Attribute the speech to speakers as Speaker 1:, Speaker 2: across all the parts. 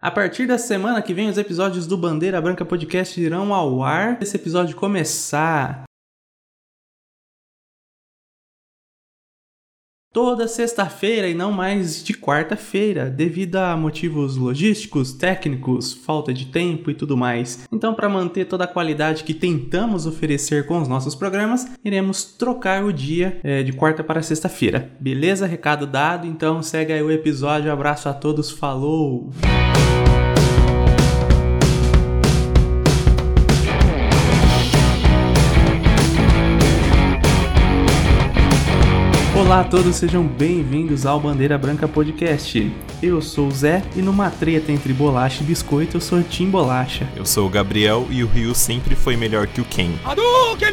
Speaker 1: A partir da semana que vem, os episódios do Bandeira Branca Podcast irão ao ar. Esse episódio começar. Toda sexta-feira e não mais de quarta-feira, devido a motivos logísticos, técnicos, falta de tempo e tudo mais. Então, para manter toda a qualidade que tentamos oferecer com os nossos programas, iremos trocar o dia eh, de quarta para sexta-feira. Beleza? Recado dado, então segue aí o episódio. Abraço a todos, falou! Olá a todos, sejam bem-vindos ao Bandeira Branca Podcast. Eu sou o Zé e numa treta entre bolacha e biscoito eu sou Tim Bolacha.
Speaker 2: Eu sou o Gabriel e o Ryu sempre foi melhor que o Ken.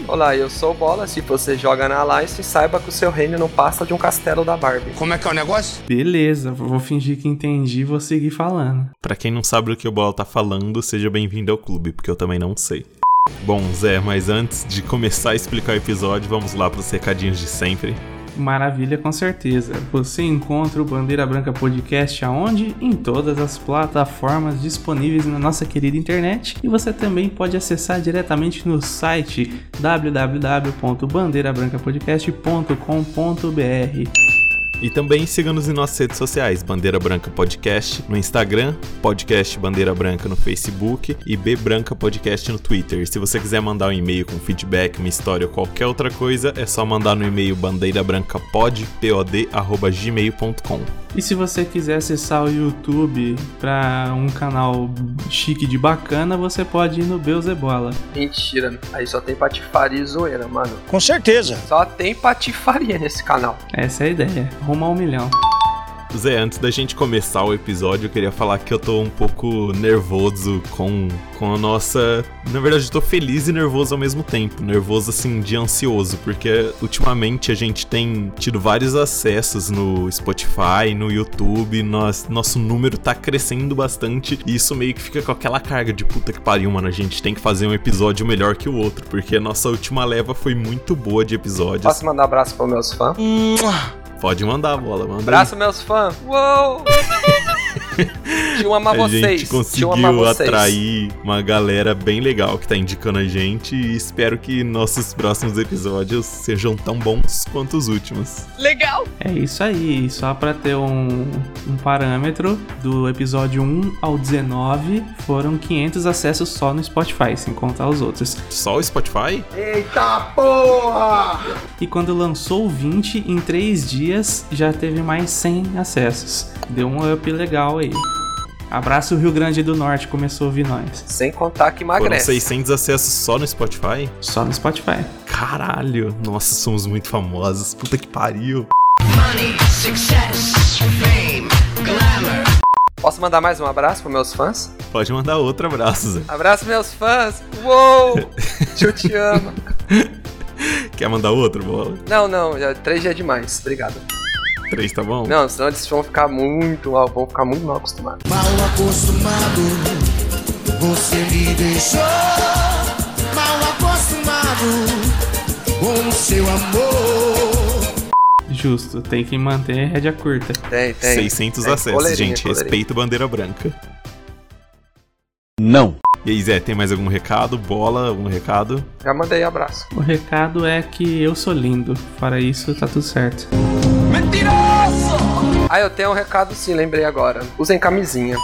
Speaker 3: Olá, eu sou o Bola. Se você joga na Alliance, saiba que o seu reino não passa de um castelo da Barbie.
Speaker 4: Como é que é o negócio?
Speaker 1: Beleza, vou fingir que entendi e vou seguir falando.
Speaker 2: Pra quem não sabe do que o Bola tá falando, seja bem-vindo ao clube, porque eu também não sei. Bom, Zé, mas antes de começar a explicar o episódio, vamos lá pros recadinhos de sempre.
Speaker 1: Maravilha, com certeza. Você encontra o Bandeira Branca Podcast aonde? Em todas as plataformas disponíveis na nossa querida internet. E você também pode acessar diretamente no site www.bandeirabrancapodcast.com.br.
Speaker 2: E também siga-nos em nossas redes sociais, Bandeira Branca Podcast no Instagram, Podcast Bandeira Branca no Facebook e B Branca Podcast no Twitter. Se você quiser mandar um e-mail com feedback, uma história ou qualquer outra coisa, é só mandar no e-mail bandeirabrancapod.pod@gmail.com.
Speaker 1: E se você quiser acessar o YouTube para um canal chique de bacana, você pode ir no Beuzebola.
Speaker 3: Mentira, aí só tem patifaria e zoeira, mano.
Speaker 4: Com certeza.
Speaker 3: Só tem patifaria nesse canal.
Speaker 1: Essa é a ideia, rumo ao milhão.
Speaker 2: Zé, antes da gente começar o episódio, eu queria falar que eu tô um pouco nervoso com, com a nossa. Na verdade, eu tô feliz e nervoso ao mesmo tempo. Nervoso, assim, de ansioso, porque ultimamente a gente tem tido vários acessos no Spotify, no YouTube, nós, nosso número tá crescendo bastante e isso meio que fica com aquela carga de puta que pariu, mano. A gente tem que fazer um episódio melhor que o outro, porque a nossa última leva foi muito boa de episódios.
Speaker 3: Posso mandar um abraço para meus fãs?
Speaker 2: Hum.
Speaker 3: Um
Speaker 2: Pode mandar a bola, manda. aí.
Speaker 3: abraço, meus fãs. Uou! Tio ama
Speaker 2: A
Speaker 3: vocês.
Speaker 2: gente
Speaker 3: Tio ama
Speaker 2: conseguiu
Speaker 3: vocês.
Speaker 2: atrair uma galera bem legal que tá indicando a gente e espero que nossos próximos episódios sejam tão bons quanto os últimos.
Speaker 1: É isso aí, só para ter um, um parâmetro, do episódio 1 ao 19 foram 500 acessos só no Spotify, sem contar os outros.
Speaker 2: Só o Spotify?
Speaker 1: E quando lançou o 20, em 3 dias já teve mais 100 acessos. Deu um up legal aí. Abraço Rio Grande do Norte, começou a ouvir nós.
Speaker 3: Sem contar que
Speaker 2: Foram
Speaker 3: emagrece.
Speaker 2: 600 acessos só no Spotify?
Speaker 1: Só no Spotify.
Speaker 2: Caralho, nossa, somos muito famosos, puta que pariu.
Speaker 3: Posso mandar mais um abraço para meus fãs?
Speaker 2: Pode mandar outro abraço, Zé.
Speaker 3: Abraço, meus fãs. Uou! Tio te ama.
Speaker 2: Quer mandar outro, bola?
Speaker 3: Não, não, já, três já é demais. Obrigado.
Speaker 2: Três, tá bom?
Speaker 3: Não, senão eles vão ficar muito mal, vão ficar muito mal acostumados.
Speaker 5: Mal acostumado, você me deixou. Mal acostumado com o seu amor.
Speaker 1: Justo, tem que manter a rédea curta.
Speaker 3: Tem, tem.
Speaker 2: 600
Speaker 3: Tem
Speaker 2: acessos,
Speaker 3: coleirinha,
Speaker 2: gente.
Speaker 3: coleirinha.
Speaker 2: Respeita a bandeira branca. Não. E aí, Zé, tem mais algum recado? Bola, algum recado?
Speaker 3: Já mandei abraço.
Speaker 1: O recado é que eu sou lindo. Fora isso, tá tudo certo.
Speaker 3: Ah, eu tenho um recado sim, lembrei agora. Usem camisinha.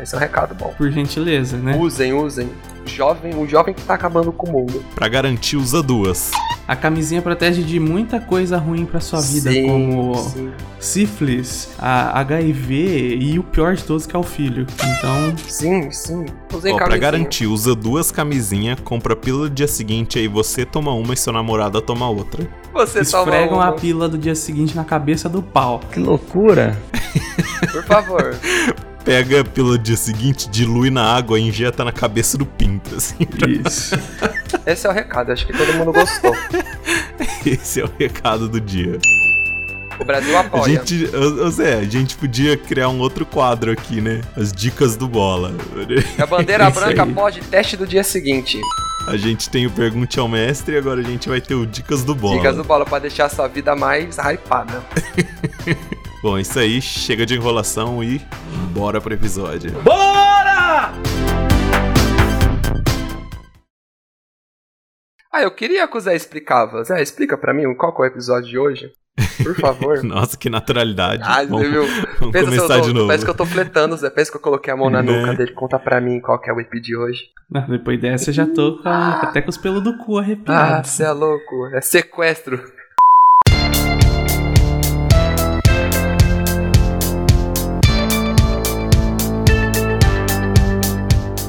Speaker 3: Esse é um recado bom.
Speaker 1: Por gentileza, né?
Speaker 3: Usem, usem. Jovem, o jovem que tá acabando com o mundo.
Speaker 2: Pra garantir, usa duas.
Speaker 1: A camisinha protege de muita coisa ruim pra sua vida,
Speaker 3: Sim,
Speaker 1: como
Speaker 3: sim,
Speaker 1: sífilis, a HIV e o pior de todos que é o filho. Então,
Speaker 3: sim, sim. Usem
Speaker 2: Ó, pra
Speaker 3: camisinha.
Speaker 2: garantir, usa duas camisinhas, compra a pílula do dia seguinte, aí você toma uma e seu namorado toma outra.
Speaker 3: Você toma
Speaker 1: esfregam
Speaker 3: uma.
Speaker 1: a pílula do dia seguinte na cabeça do pau.
Speaker 3: Por favor.
Speaker 2: Pega a pílula do dia seguinte, dilui na água e injeta na cabeça do pinto, assim.
Speaker 1: Isso.
Speaker 3: Esse é o recado, acho que todo mundo gostou.
Speaker 2: Esse é o recado do dia.
Speaker 3: O Brasil
Speaker 2: A
Speaker 3: apoia.
Speaker 2: gente, ô, ô Zé, a gente podia criar um outro quadro aqui, né? As dicas do bola.
Speaker 3: A bandeira
Speaker 2: Isso
Speaker 3: branca
Speaker 2: aí.
Speaker 3: pode teste do dia seguinte.
Speaker 2: A gente tem o Pergunte ao Mestre e agora a gente vai ter o Dicas do Bola.
Speaker 3: Dicas do bola pra deixar a sua vida mais hypada.
Speaker 2: Bom, é isso aí, chega de enrolação e bora pro episódio.
Speaker 3: Ah, eu queria que o Zé explicava. Zé, explica pra mim qual que é o episódio de hoje. Por favor.
Speaker 2: Nossa, que naturalidade.
Speaker 3: Ah,
Speaker 2: Bom,
Speaker 3: você viu?
Speaker 2: vamos
Speaker 3: Pensa se eu
Speaker 2: começar
Speaker 3: tô-
Speaker 2: de novo.
Speaker 3: Parece que eu tô fletando, Zé. Pensa que eu coloquei a mão na
Speaker 2: Né?
Speaker 3: nuca dele. Conta pra mim qual que é o IP de hoje.
Speaker 1: Não, depois dessa eu já tô com a- até com os pelos do cu
Speaker 3: Ah,
Speaker 1: arrepiados.
Speaker 3: você é louco. É sequestro.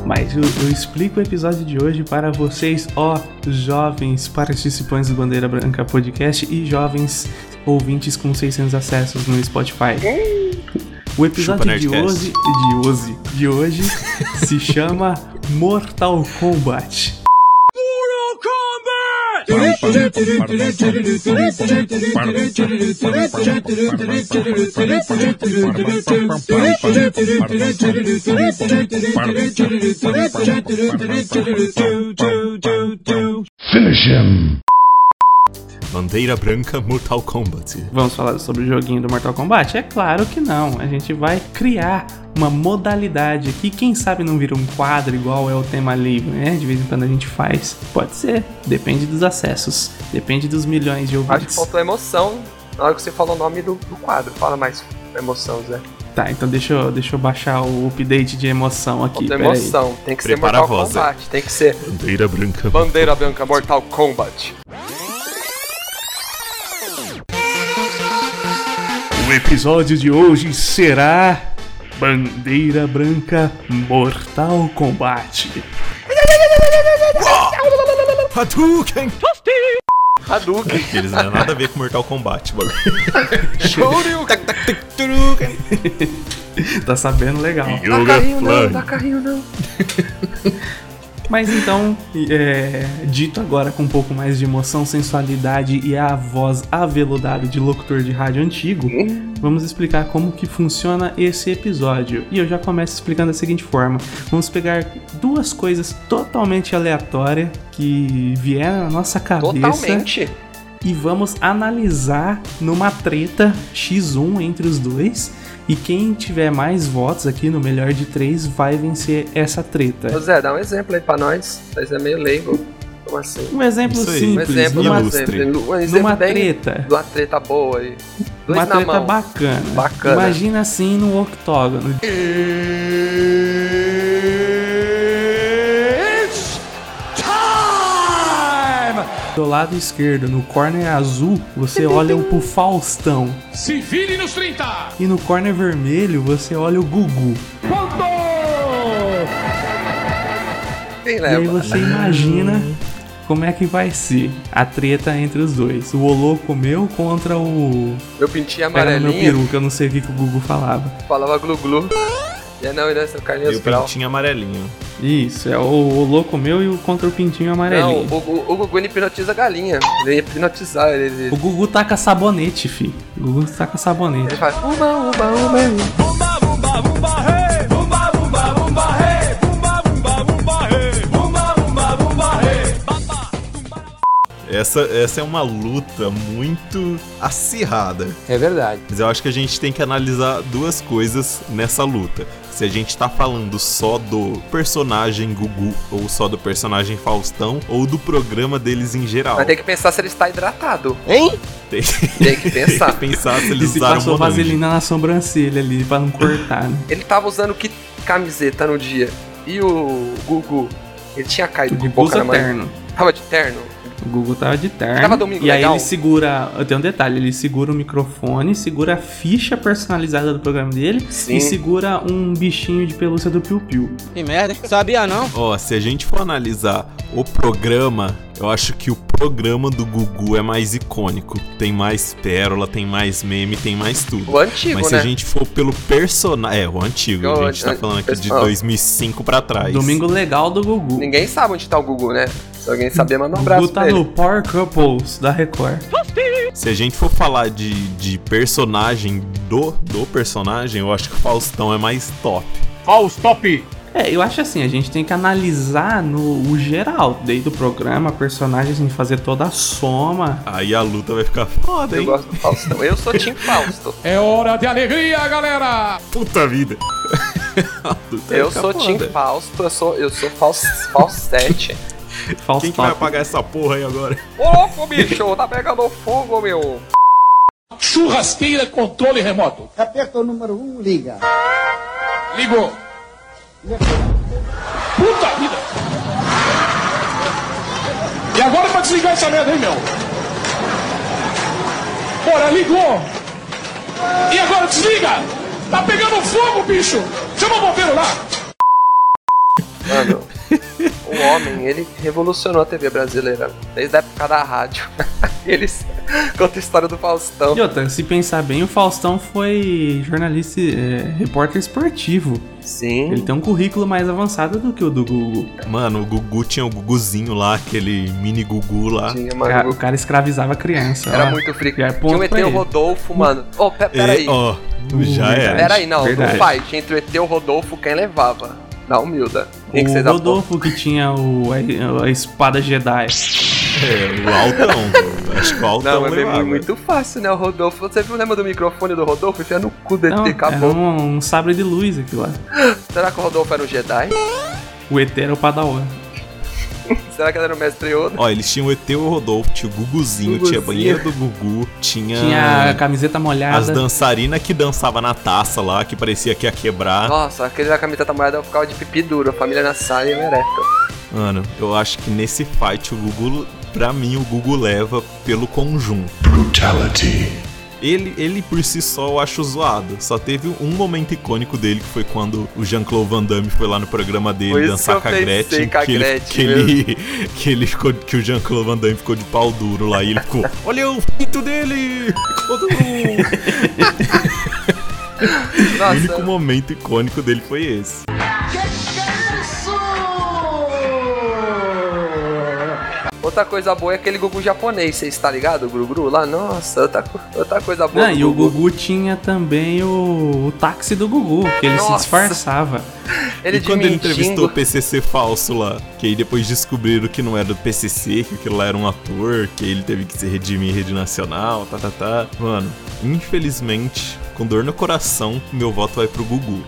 Speaker 1: Mas eu, eu explico o episódio de hoje para vocês, ó, jovens participantes do Bandeira Branca Podcast e jovens ouvintes com 600 acessos no Spotify. O
Speaker 2: Chupa,
Speaker 1: episódio de
Speaker 2: Nerdcast.
Speaker 1: hoje, de hoje, de hoje se chama Mortal Kombat.
Speaker 5: Finish him.
Speaker 2: Bandeira branca Mortal Kombat.
Speaker 1: Vamos falar sobre o joguinho do Mortal Kombat? É claro que não. A gente vai criar uma modalidade aqui. Quem sabe não vira um quadro igual é o tema livre, né? De vez em quando a gente faz. Pode ser. Depende dos acessos. Depende dos milhões de
Speaker 3: Acho que
Speaker 1: ouvintes.
Speaker 3: faltou emoção na hora que você falou o nome do, do quadro. Fala mais emoção, Zé.
Speaker 1: Tá, então deixa eu, deixa eu baixar o update de emoção aqui.
Speaker 3: Faltou
Speaker 1: Peraí.
Speaker 3: emoção. Tem que
Speaker 2: Prepara
Speaker 3: ser Mortal
Speaker 2: a voz, Zé.
Speaker 3: Kombat. Tem que ser
Speaker 2: Bandeira branca.
Speaker 3: Bandeira Branca Mortal Kombat.
Speaker 1: O episódio de hoje será Bandeira Branca Mortal Kombat.
Speaker 2: Hadouken!
Speaker 3: Hadouken.
Speaker 2: Eles não têm nada a ver com Mortal Kombat, bagulho.
Speaker 3: Shoryuken.
Speaker 1: Tá sabendo legal.
Speaker 3: Dá carrinho não, dá carrinho não.
Speaker 1: Mas então, é, dito agora com um pouco mais de emoção, sensualidade e a voz aveludada de locutor de rádio antigo, vamos explicar como que funciona esse episódio. E eu já começo explicando da seguinte forma: vamos pegar duas coisas totalmente aleatórias que vieram na nossa cabeça
Speaker 3: Totalmente.
Speaker 1: e vamos analisar numa treta X1 entre os dois. E quem tiver mais votos aqui no melhor de três vai vencer essa treta.
Speaker 3: Ô Zé, dá um exemplo aí pra nós. Mas é meio leigo. Como assim?
Speaker 1: Um exemplo
Speaker 2: Isso aí.
Speaker 3: Um
Speaker 1: simples,
Speaker 3: exemplo,
Speaker 1: numa,
Speaker 3: um
Speaker 2: ilustre.
Speaker 3: exemplo. Um exemplo
Speaker 1: numa
Speaker 3: bem...
Speaker 1: treta.
Speaker 3: De uma treta boa aí. Dois
Speaker 1: Uma
Speaker 3: na
Speaker 1: treta
Speaker 3: mão.
Speaker 1: bacana.
Speaker 3: Bacana.
Speaker 1: Imagina assim num octógono. Do lado esquerdo, no corner azul, você olha o pro Faustão.
Speaker 4: Se vire nos 30!
Speaker 1: E no corner vermelho, você olha o Gugu. E
Speaker 3: Quem
Speaker 1: aí
Speaker 3: leva?
Speaker 1: você imagina como é que vai ser a treta entre os dois. O Olô comeu contra o.
Speaker 3: Meu pintinho
Speaker 1: Pega no meu
Speaker 3: amarelinho
Speaker 1: peru, que eu não sei o que, que o Gugu falava.
Speaker 3: falava glu-glu. E aí, não, e não, esse é o
Speaker 2: E o
Speaker 3: Carlinhos Brau.
Speaker 2: pintinho amarelinho.
Speaker 1: Isso, é o, o louco meu e o contra o pintinho
Speaker 3: Não,
Speaker 1: amarelinho.
Speaker 3: o, o, o Gugu ele hipnotiza a galinha. Ele ia hipnotizar, ele, ele,
Speaker 1: o... Gugu taca sabonete, fi. O Gugu taca sabonete.
Speaker 3: ele faz uma, uma, uma.
Speaker 2: Essa, essa é uma luta muito acirrada.
Speaker 3: É verdade.
Speaker 2: Mas eu acho que a gente tem que analisar duas coisas nessa luta. Se a gente tá falando só do personagem Gugu, ou só do personagem Faustão, ou do programa deles em geral.
Speaker 3: Mas tem que pensar se ele está hidratado.
Speaker 2: Tem
Speaker 3: Tem que pensar.
Speaker 2: que pensar se
Speaker 1: Ele
Speaker 2: eles
Speaker 1: se
Speaker 2: usaram
Speaker 1: passou
Speaker 2: Monange.
Speaker 1: vaselina na sobrancelha ali pra não cortar, né?
Speaker 3: ele tava usando que camiseta no dia? E o Gugu? Ele tinha
Speaker 1: O
Speaker 3: caído de
Speaker 1: Gugu
Speaker 3: boca
Speaker 1: usa
Speaker 3: na manhã.
Speaker 1: terno.
Speaker 3: Tava de terno.
Speaker 1: O Gugu tava de terno.
Speaker 3: Tava domingo
Speaker 1: e aí
Speaker 3: legal?
Speaker 1: ele segura. Tem um detalhe, ele segura o microfone, segura a ficha personalizada do programa dele
Speaker 3: Sim.
Speaker 1: e segura um bichinho de pelúcia do Piu Piu.
Speaker 6: Que merda, hein? Sabia não?
Speaker 2: Ó, se a gente for analisar o programa, eu acho que o programa do Gugu é mais icônico. Tem mais pérola, tem mais meme, tem mais tudo.
Speaker 3: O antigo,
Speaker 2: Mas se
Speaker 3: né?
Speaker 2: a gente for pelo personagem. É, o antigo.
Speaker 3: Eu-
Speaker 2: a gente tá
Speaker 3: eu-
Speaker 2: falando aqui de
Speaker 3: pessoal.
Speaker 2: 2005 pra trás.
Speaker 1: Domingo legal do Gugu.
Speaker 3: Ninguém sabe onde tá o Gugu, né? Se alguém saber, manda um
Speaker 1: o
Speaker 3: abraço
Speaker 1: Gugu tá
Speaker 3: pra ele.
Speaker 1: no Power Couples da Record.
Speaker 2: Se a gente for falar de, de personagem do, do personagem, eu acho que o Faustão é mais top.
Speaker 4: Ó, os top!
Speaker 1: É, eu acho assim, a gente tem que analisar no o geral, desde o programa, personagens, assim, fazer toda a soma.
Speaker 2: Aí a luta vai ficar foda,
Speaker 3: Eu
Speaker 2: hein?
Speaker 3: gosto do Faustão. Eu sou Tim Fausto.
Speaker 4: É hora de alegria, galera!
Speaker 2: Puta vida. A luta
Speaker 1: É,
Speaker 2: vai
Speaker 3: Eu
Speaker 2: ficar
Speaker 3: sou
Speaker 2: foda.
Speaker 3: Tim Fausto. Eu sou, eu sou Faus, Faustete.
Speaker 2: Quem
Speaker 1: Faustão.
Speaker 2: que vai pagar essa porra aí agora?
Speaker 3: Ô louco, bicho, tá pegando fogo, meu.
Speaker 4: Churrasqueira controle remoto.
Speaker 6: Aperta o número 1, um, liga.
Speaker 4: Ligou. Puta vida! E agora é pra desligar essa merda, hein, meu? Bora, ligou! E agora desliga! Tá pegando fogo, bicho! Chama o bombeiro lá!
Speaker 3: Mano, o homem, ele revolucionou a TV brasileira. Desde a época da rádio. ele conta a história do Faustão.
Speaker 1: E outra, se pensar bem, o Faustão foi jornalista, é, repórter esportivo. Ele
Speaker 3: Sim.
Speaker 1: tem um currículo mais avançado do que o do Google.
Speaker 2: Mano, o Gugu tinha o Guguzinho lá, aquele mini Gugu lá.
Speaker 3: Tinha,
Speaker 1: O cara,
Speaker 3: mano.
Speaker 1: o cara escravizava criança. ó.
Speaker 3: Era muito frio.
Speaker 1: Já é
Speaker 3: Tinha um
Speaker 1: ponto
Speaker 3: o ET
Speaker 1: pra
Speaker 3: o
Speaker 1: ele.
Speaker 3: Rodolfo, mano. Ô, pe- peraí.
Speaker 2: É,
Speaker 3: Hum, é.
Speaker 2: ó, já
Speaker 1: verdade.
Speaker 2: era.
Speaker 3: Pera aí, não,
Speaker 1: Verdade.
Speaker 3: não faz. Entre o ET e o Rodolfo, quem levava? Na humilda. Tem que ser
Speaker 1: O
Speaker 3: da
Speaker 1: Rodolfo que tinha o, a, a espada Jedi.
Speaker 2: É, o Altão. Acho que o Altão
Speaker 1: tá
Speaker 3: Não, mas é
Speaker 2: levava.
Speaker 3: muito fácil, né, o Rodolfo? Você viu, lembra do microfone do Rodolfo? Enfia no cu do ET,
Speaker 1: Não, era
Speaker 3: acabou.
Speaker 1: um, um sabre de luz aquilo lá.
Speaker 3: Será que o Rodolfo era um Jedi?
Speaker 1: O ET era o Padawan.
Speaker 3: Será que ele era o Mestre Yoda?
Speaker 2: Ó, eles tinham o ET, o Rodolfo, tinha o Guguzinho, tinha
Speaker 3: Guguzinho.
Speaker 2: a banheira do Gugu, tinha,
Speaker 1: Tinha a camiseta
Speaker 2: as
Speaker 1: molhada.
Speaker 2: dançarinas que dançava na taça lá, que parecia que ia
Speaker 1: Ah.
Speaker 2: quebrar.
Speaker 3: Nossa, aquele da camiseta molhada eu ficava de pipi duro. A família na sala e eu erecta.
Speaker 2: Mano, eu acho que nesse fight o Gugu, pra mim, o Gugu leva pelo conjunto. Ele, ele por si só eu acho zoado. Só teve um momento icônico dele que foi quando o Jean-Claude Van Damme foi lá no programa dele
Speaker 3: Foi isso
Speaker 2: dançar
Speaker 3: que
Speaker 2: com
Speaker 3: eu
Speaker 2: a
Speaker 3: pensei,
Speaker 2: Gretchen.
Speaker 3: com a
Speaker 2: que, ele-
Speaker 3: Gretchen
Speaker 2: que ele, que ele ficou. Que o Jean-Claude Van Damme ficou de pau duro lá e ele ficou. Olha o pinto dele! Ficou duro." o único
Speaker 3: Nossa,
Speaker 2: momento icônico dele foi esse.
Speaker 3: outra coisa boa é aquele Gugu japonês, vocês tá ligado? O Gru-Gru lá? Nossa, outra, co- outra coisa boa.
Speaker 1: Ah, e o Gugu tinha também o, o táxi do Gugu, que ele se
Speaker 3: Nossa.
Speaker 1: disfarçava.
Speaker 3: Ele
Speaker 2: e quando ele
Speaker 3: de
Speaker 2: entrevistou o
Speaker 3: mendigo.
Speaker 2: PCC falso lá, que aí depois descobriram que não era do PCC, que aquilo lá era um ator, que ele teve que se redimir em rede nacional, tá, tá, tá. Mano, infelizmente, com dor no coração, meu voto vai pro Gugu.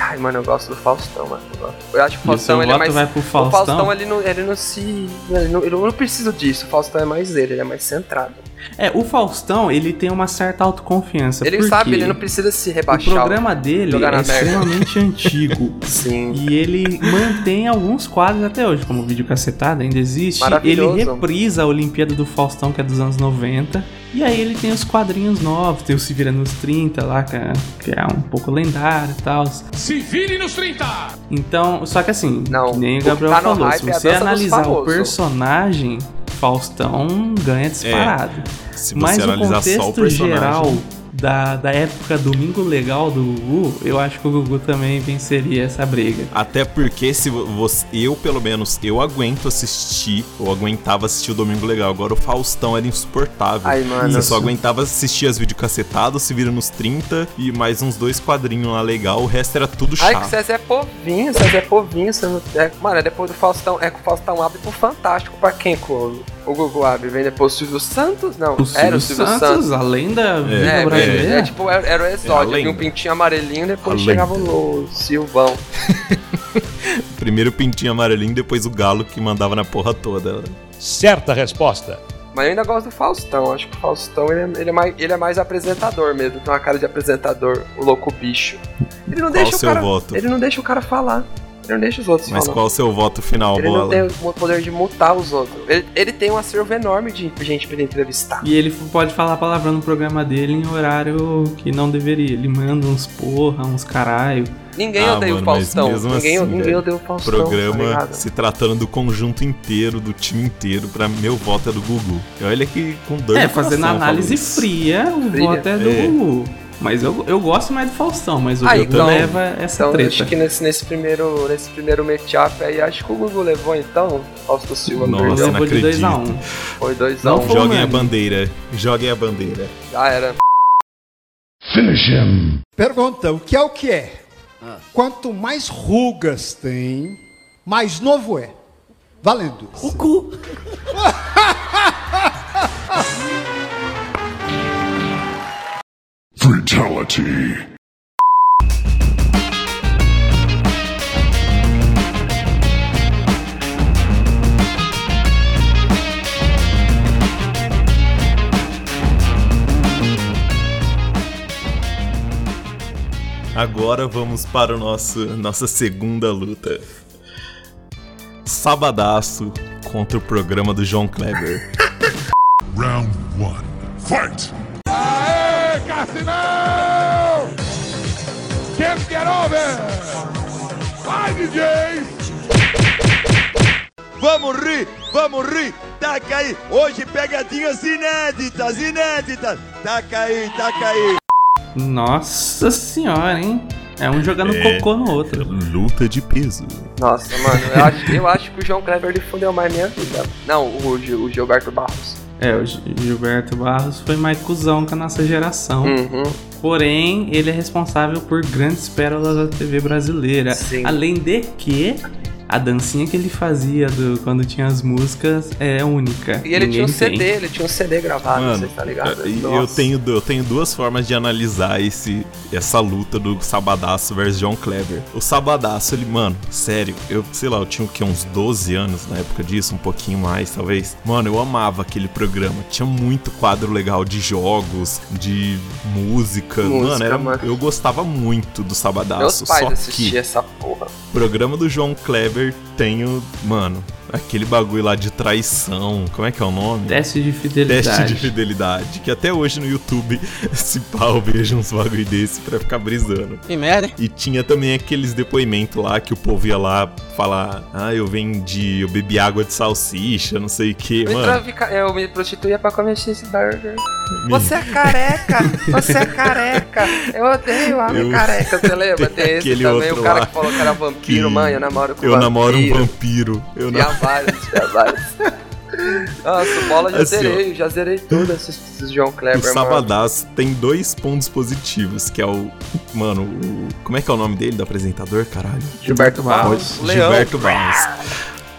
Speaker 3: Ai, mano, eu gosto do Faustão, mano. Eu gosto. Eu acho que o
Speaker 1: E o seu
Speaker 3: Faustão ele é
Speaker 1: voto
Speaker 3: mais.
Speaker 1: vai pro
Speaker 3: O
Speaker 1: Faustão?
Speaker 3: Faustão ele não, ele não se. Ele não, ele não precisa disso. O Faustão é mais ele, ele é mais centrado.
Speaker 1: É, o Faustão, ele tem uma certa autoconfiança.
Speaker 3: Ele
Speaker 1: porque
Speaker 3: sabe, ele não precisa se
Speaker 1: O
Speaker 3: rebaixar.
Speaker 1: programa dele
Speaker 3: jogar na
Speaker 1: é
Speaker 3: merda.
Speaker 1: extremamente antigo.
Speaker 3: Sim.
Speaker 1: E ele mantém alguns quadros até hoje, como o vídeo cacetada ainda existe. Ele
Speaker 3: Maravilhoso.
Speaker 1: reprisa a Olimpíada do Faustão, que é dos anos 90. E aí ele tem os quadrinhos novos, tem o Se Vira nos 30 lá, que é, que é um pouco lendário e tal.
Speaker 4: Se vire nos 30!
Speaker 1: Então, só que assim,
Speaker 3: Não,
Speaker 1: que nem o
Speaker 3: o que
Speaker 1: Gabriel
Speaker 3: tá no
Speaker 1: falou, se
Speaker 3: hype é a
Speaker 1: você
Speaker 3: dança dos
Speaker 1: analisar o
Speaker 3: famosos.
Speaker 1: personagem, Faustão ganha disparado.
Speaker 2: É, Se você
Speaker 1: Mas o
Speaker 2: analisar só o
Speaker 1: contexto
Speaker 2: personagem.
Speaker 1: geral da, da época Domingo Legal do Gugu, eu acho que o Gugu também venceria essa briga.
Speaker 2: Até porque se vo- você, eu pelo menos eu aguento assistir, eu aguentava assistir o Domingo Legal. Agora o Faustão era insuportável.
Speaker 3: Ai, mano.
Speaker 2: Você
Speaker 1: Isso.
Speaker 2: só aguentava assistir as videocacetadas, se vira nos 30 e mais uns dois quadrinhos lá legal, o resto era tudo
Speaker 3: Ai, que o
Speaker 2: chato.
Speaker 3: César é povinho, César é povinho. César não- é- mano, é depois do Faustão. É que o Faustão abre pro Fantástico. Pra quem que o, o Gugu abre? Vem depois o Silvio Santos? Não,
Speaker 1: O
Speaker 3: era
Speaker 1: Silvio
Speaker 3: o Silvio
Speaker 1: Santos,
Speaker 3: Santos.
Speaker 1: além da vida
Speaker 3: É,
Speaker 1: brasileira.
Speaker 3: é, é, tipo, era, era o exódio.
Speaker 2: É a
Speaker 3: Vinha um
Speaker 2: lenda.
Speaker 3: pintinho amarelinho, depois
Speaker 2: A
Speaker 3: chegava o Silvão.
Speaker 2: Primeiro o pintinho amarelinho, depois o galo que mandava na porra toda.
Speaker 4: Certa resposta.
Speaker 3: Mas eu ainda gosto do Faustão. Acho que o Faustão ele é, ele é mais, ele é mais apresentador mesmo. Tem uma cara de apresentador, o louco bicho. Ele não
Speaker 2: Qual
Speaker 3: deixa
Speaker 2: o
Speaker 3: o
Speaker 2: seu
Speaker 3: cara.
Speaker 2: voto?
Speaker 3: Ele não deixa o cara falar. Ele não deixa os outros
Speaker 2: Mas
Speaker 3: falar.
Speaker 2: qual o seu voto final,
Speaker 3: ele não
Speaker 2: bola?
Speaker 3: tem o poder de mutar os outros. Ele, ele tem um acervo enorme de gente pra ele entrevistar.
Speaker 1: E ele f- pode falar palavrão no programa dele em horário que não deveria. Ele manda uns porra, uns caralho.
Speaker 3: Ninguém
Speaker 2: Ah,
Speaker 3: odeia o
Speaker 2: mano, mas
Speaker 3: Faustão.
Speaker 2: mesmo
Speaker 3: Ninguém,
Speaker 2: assim,
Speaker 3: ninguém
Speaker 2: velho,
Speaker 3: odeia o Faustão. tá
Speaker 2: programa
Speaker 3: ligado?
Speaker 2: se tratando do conjunto inteiro, do time inteiro, pra meu voto é do Gugu. E olha que com dor
Speaker 1: É,
Speaker 2: no coração
Speaker 1: fazendo
Speaker 2: eu falo
Speaker 1: análise
Speaker 2: isso.
Speaker 1: fria, o
Speaker 3: Fria.
Speaker 1: voto é do
Speaker 2: É.
Speaker 1: Gugu. Mas eu, eu gosto mais do Faustão, mas o
Speaker 3: Ah,
Speaker 1: Gugu
Speaker 3: então-
Speaker 1: leva essa
Speaker 3: Então,
Speaker 1: treta.
Speaker 3: acho que nesse, nesse primeiro, nesse primeiro matchup aí, acho que o Gugu levou então. Fausto Silva
Speaker 2: Nossa,
Speaker 1: Eu
Speaker 2: Você
Speaker 3: perdeu.
Speaker 2: não
Speaker 1: vou de 2 a 1
Speaker 2: acredita.
Speaker 3: Foi 2x1.
Speaker 1: Não
Speaker 3: Um.
Speaker 1: foi-
Speaker 2: Joguem a
Speaker 1: Mano.
Speaker 2: bandeira. Joguem a bandeira.
Speaker 3: Já era.
Speaker 7: Pergunta, o que é o que é?
Speaker 6: Ah.
Speaker 7: Quanto mais rugas tem, mais novo é. Valendo.
Speaker 8: O cu.
Speaker 2: Agora vamos para o nosso nossa segunda luta. Sabadaço contra o programa do João Kleber.
Speaker 9: Round one. Fight!
Speaker 4: Aê, Cassinão! Quero get over! Vai, DJ!
Speaker 10: Vamos rir, vamos rir, taca aí. Hoje pegadinhas inéditas, inéditas. Tá Taca aí, taca aí.
Speaker 1: Nossa senhora, hein? É um jogando
Speaker 2: É.
Speaker 1: cocô no outro.
Speaker 2: Luta de peso.
Speaker 3: Nossa, mano, eu acho, eu acho que o João Kleber ele fudeu mais minha vida. Não, o, Gil- o Gilberto Barros.
Speaker 1: É, o Gi- Gilberto Barros foi mais cuzão com a nossa geração.
Speaker 3: Uhum.
Speaker 1: Porém, ele é responsável por grandes pérolas da TV brasileira.
Speaker 3: Sim.
Speaker 1: Além de que a dancinha que ele fazia do- quando tinha as músicas é única.
Speaker 3: E ele tinha
Speaker 1: Ninguém
Speaker 3: um
Speaker 1: tem.
Speaker 3: CD, ele tinha um CD gravado,
Speaker 2: Mano,
Speaker 3: você tá ligado?
Speaker 2: eu- eu
Speaker 3: Nossa.
Speaker 2: tenho, du- eu tenho duas formas de analisar esse, essa luta do Sabadaço versus John Kleber. O Sabadaço, ele, mano, sério, eu, sei lá, eu tinha o quê? Uns 12 anos na época disso, um pouquinho mais, talvez. Mano, eu amava aquele programa. Tinha muito quadro legal de jogos, de música.
Speaker 3: Música,
Speaker 2: mano, era,
Speaker 3: mano.
Speaker 2: eu gostava muito do
Speaker 3: Meus
Speaker 2: Sabadaço.
Speaker 3: pais
Speaker 2: só que
Speaker 3: assistiam essa porra.
Speaker 2: programa do João Kleber tem o. Mano, aquele bagulho lá de traição. Como é que é o nome?
Speaker 1: Teste de fidelidade.
Speaker 2: Teste de fidelidade, que até hoje no YouTube se pau veja uns bagulho desse pra ficar brisando.
Speaker 8: Que merda, hein?
Speaker 2: E tinha também aqueles depoimentos lá que o povo ia lá falar: Ah, eu vendi, eu bebi água de salsicha, não sei o que,
Speaker 3: Eu,
Speaker 2: mano.
Speaker 3: trafica- eu me prostituía pra comer cheeseburger.
Speaker 2: me-
Speaker 3: Você é careca! Você é careca! Eu odeio homem
Speaker 2: Eu-
Speaker 3: careca, você lembra?
Speaker 2: Tem
Speaker 3: Tem esse
Speaker 2: aquele
Speaker 3: também,
Speaker 2: outro
Speaker 3: o cara
Speaker 2: lá
Speaker 3: que falou que era vampiro,
Speaker 2: que
Speaker 3: mano, eu namoro com
Speaker 2: Eu namoro um
Speaker 3: vampiro.
Speaker 2: vampiro. né? Eu
Speaker 3: Tinha
Speaker 2: namoro.
Speaker 3: vários, tinha vários. Nossa, o bola já
Speaker 2: Assim, ó.
Speaker 3: zerei, já zerei tudo esses, esses João
Speaker 2: O
Speaker 3: Kleber, mano.
Speaker 2: Sabadaço tem dois pontos positivos, que é o. Mano, o. Como é que é o nome dele, do apresentador, caralho?
Speaker 3: Gilberto Barros,
Speaker 2: Pode-
Speaker 3: Leão.
Speaker 2: Gilberto Barros.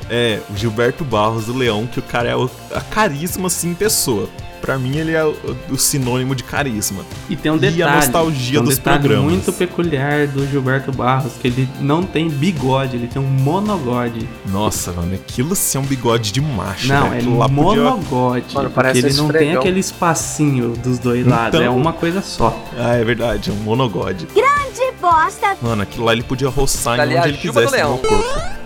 Speaker 2: É, o Gilberto Barros, o Leão, que o cara é o, a carisma, assim, em pessoa. Pra mim, ele é o, o sinônimo de carisma.
Speaker 1: E tem um
Speaker 2: E a
Speaker 1: detalhe.
Speaker 2: nostalgia
Speaker 1: tem um
Speaker 2: dos
Speaker 1: detalhe
Speaker 2: programas.
Speaker 1: muito peculiar do Gilberto Barros, que ele não tem bigode, ele tem um monogode.
Speaker 2: Nossa, mano, aquilo sim é um bigode de macho.
Speaker 1: Não,
Speaker 2: né?
Speaker 1: é
Speaker 2: Aquilo lá podia-
Speaker 1: monogode.
Speaker 3: Mano,
Speaker 1: porque
Speaker 3: parece
Speaker 1: ele
Speaker 3: um
Speaker 1: não tem
Speaker 3: esfregão.
Speaker 1: aquele espacinho dos dois lados, é
Speaker 2: Então-
Speaker 1: uma coisa só.
Speaker 2: Ah, é verdade, é um monogode.
Speaker 11: De bosta.
Speaker 2: Mano, aquilo lá ele podia roçar
Speaker 3: Dali
Speaker 2: em onde
Speaker 3: a
Speaker 2: ele
Speaker 3: juba do
Speaker 2: quisesse no
Speaker 3: leão.
Speaker 2: meu corpo.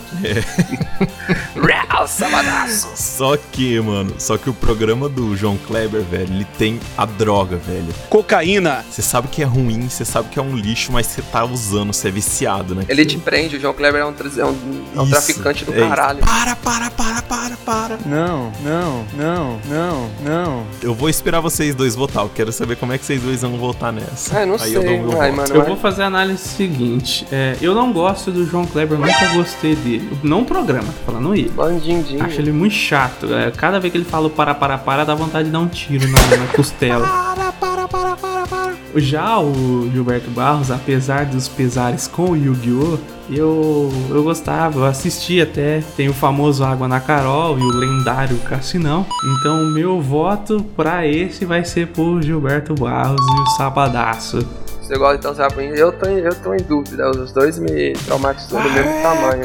Speaker 3: Real Sabadaço.
Speaker 2: Só que, mano, só que o programa do João Kleber, velho, ele tem a droga, velho.
Speaker 10: Cocaína.
Speaker 2: Você sabe que é ruim, você sabe que é um lixo, mas você tá usando, você é viciado, né?
Speaker 3: Ele te prende, o João Kleber é um, tra- é um- é um
Speaker 2: Isso,
Speaker 3: traficante do
Speaker 2: é isso.
Speaker 3: caralho.
Speaker 2: Para, para, para, para, para.
Speaker 10: Não, não, não, não, não.
Speaker 2: Eu vou esperar vocês dois votar. Eu quero saber como é que vocês dois vão votar nessa.
Speaker 3: Ah, eu não
Speaker 2: Aí
Speaker 3: sei.
Speaker 2: eu dou meu
Speaker 3: Ai,
Speaker 2: voto.
Speaker 3: mano,
Speaker 1: Eu
Speaker 3: mas-
Speaker 1: vou fazer a análise seguinte. é, eu não gosto do João Kleber, eu nunca gostei dele. Não o programa, tô falando ele.
Speaker 3: Bandindinho.
Speaker 1: Acho ele muito chato. é, cada vez que ele fala o para, para, para, dá vontade de dar um tiro na, na costela. Para, para, para, para, para. Já o Gilberto Barros, apesar dos pesares com o Yu-Gi-Oh!, eu, eu gostava, eu assisti até. Tem o famoso Água na Carol e o lendário Cassinão. Então, o meu voto pra esse vai ser por Gilberto Barros e o Sabadaço.
Speaker 3: Você gosta então você vai pro índio? Eu tô, em- eu tô em dúvida, os dois me traumatizou do mesmo tamanho.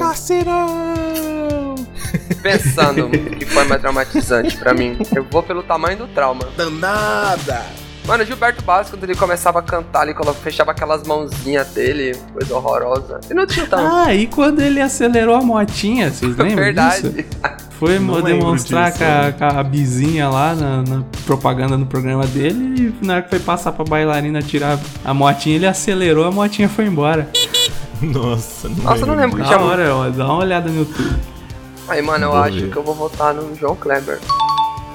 Speaker 3: Pensando o que foi mais traumatizante pra mim, eu vou pelo tamanho do trauma.
Speaker 5: Danada!
Speaker 3: Mano, o Gilberto Barros, quando ele começava a cantar, ele colo- fechava aquelas mãozinhas dele, coisa horrorosa. E não tinha tanto.
Speaker 1: Ah, e quando ele acelerou a motinha, vocês lembram disso?
Speaker 3: Verdade.
Speaker 1: Foi
Speaker 2: Não
Speaker 1: mo-
Speaker 2: lembro
Speaker 1: demonstrar
Speaker 2: disso, é.
Speaker 1: com a, com a bizinha lá na, na propaganda no programa dele e na hora que foi passar pra bailarina tirar a motinha, ele acelerou, a motinha foi embora.
Speaker 2: Nossa, não
Speaker 3: Nossa, eu não lembro que
Speaker 1: Da
Speaker 3: tinha muito.
Speaker 1: hora, ó, dá uma olhada no YouTube.
Speaker 3: Aí, mano, eu
Speaker 2: Vou
Speaker 3: acho
Speaker 2: ver.
Speaker 3: que eu vou votar no João Kleber.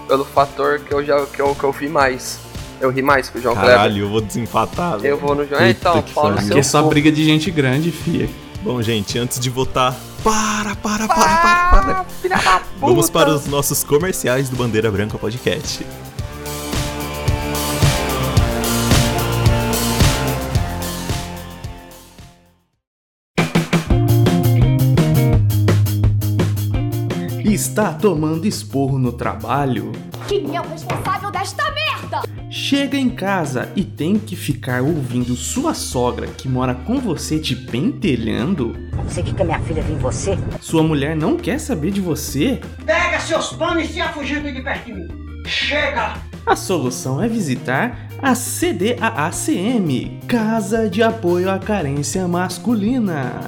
Speaker 3: Pelo fator que eu já que eu, que eu vi mais. Eu ri mais que o João
Speaker 2: Caralho, eu vou desempatar.
Speaker 3: Kleber. Eu vou no João.
Speaker 2: Puta
Speaker 3: Então,
Speaker 2: que
Speaker 3: fala no
Speaker 2: pariu.
Speaker 3: seu
Speaker 1: Aqui é só
Speaker 3: cu.
Speaker 1: briga de gente grande, fia.
Speaker 2: Bom, gente, antes de votar. Para, para, para, para, para. Vamos para os nossos comerciais do Bandeira Branca Podcast.
Speaker 1: está tomando esporro no trabalho,
Speaker 8: Quem é o responsável desta merda?
Speaker 1: chega em casa e tem que ficar ouvindo sua sogra que mora com você te pentelhando,
Speaker 11: Você quer que a minha filha vim em você?
Speaker 1: sua mulher não quer saber de você,
Speaker 12: Pega seus panos e se afugindo de perto de mim. Chega!
Speaker 1: a solução é visitar a CDAACM, Casa de Apoio à Carência Masculina.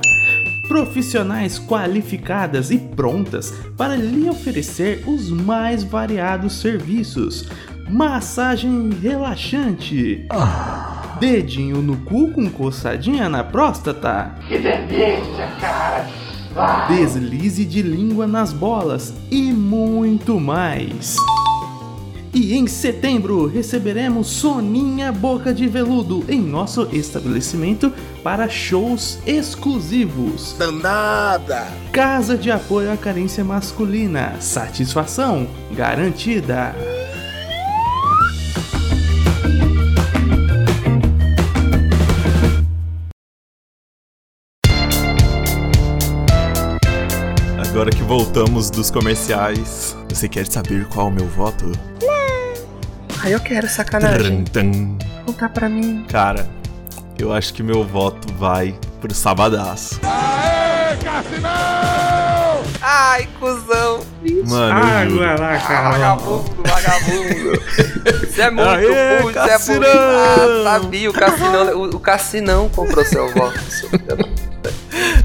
Speaker 1: Profissionais qualificadas e prontas para lhe oferecer os mais variados serviços. Massagem relaxante. Dedinho no cu com coçadinha na próstata.
Speaker 5: Que delícia, cara!
Speaker 1: Deslize de língua nas bolas e muito mais. E em setembro receberemos Soninha Boca de Veludo em nosso estabelecimento para shows exclusivos. Danada! Casa de Apoio à Carência Masculina. Satisfação garantida.
Speaker 2: Agora que voltamos dos comerciais, você quer saber qual é o meu voto?
Speaker 3: Né? Aí eu quero sacanagem.
Speaker 2: Tran, tan.
Speaker 3: Contar pra mim.
Speaker 2: Cara, eu acho que meu voto vai pro Sabadaço.
Speaker 3: Ai, cuzão.
Speaker 2: Mano, eu juro.
Speaker 3: Ah, vagabundo, vagabundo. Você é muito
Speaker 2: Aê,
Speaker 3: burro, você é burro.
Speaker 2: Cassinão!
Speaker 3: Ah, sabia, o Cassinão, o, o Cassinão comprou seu voto. seu filho da puta.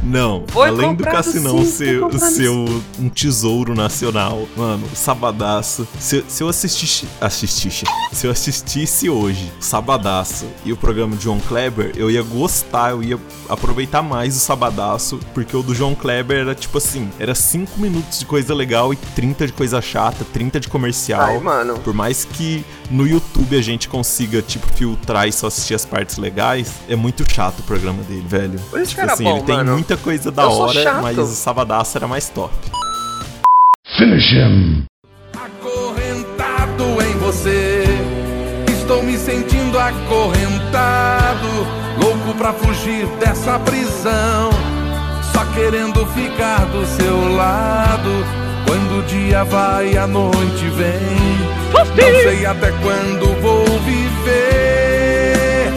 Speaker 2: Não,
Speaker 3: Foi
Speaker 2: além do
Speaker 3: comprado
Speaker 2: Cassinão
Speaker 3: sim,
Speaker 2: ser,
Speaker 3: foi comprado
Speaker 2: ser um um tesouro nacional, mano, Sabadaço. Se, se eu assistisse. Assistisse. Se eu assistisse hoje Sabadaço e o programa de João Kleber, eu ia gostar, eu ia aproveitar mais o Sabadaço, porque o do João Kleber era tipo assim: era 5 minutos de coisa legal e 30 de coisa chata, 30 de comercial.
Speaker 3: Ai, mano.
Speaker 2: Por mais que no YouTube a gente consiga, tipo, filtrar e só assistir as partes legais, é muito chato o programa dele, velho.
Speaker 3: Por isso
Speaker 2: tipo
Speaker 3: que era
Speaker 2: assim,
Speaker 3: bom,
Speaker 2: ele tem
Speaker 3: mano.
Speaker 2: muita coisa da
Speaker 3: Eu sou
Speaker 2: hora,
Speaker 3: chato.
Speaker 2: mas o Sabadaço era mais top.
Speaker 9: Finish him.
Speaker 13: acorrentado em você. Estou me sentindo acorrentado, louco pra fugir dessa prisão. Só querendo ficar do seu lado. Quando o dia vai, a noite vem. Não sei até quando vou viver.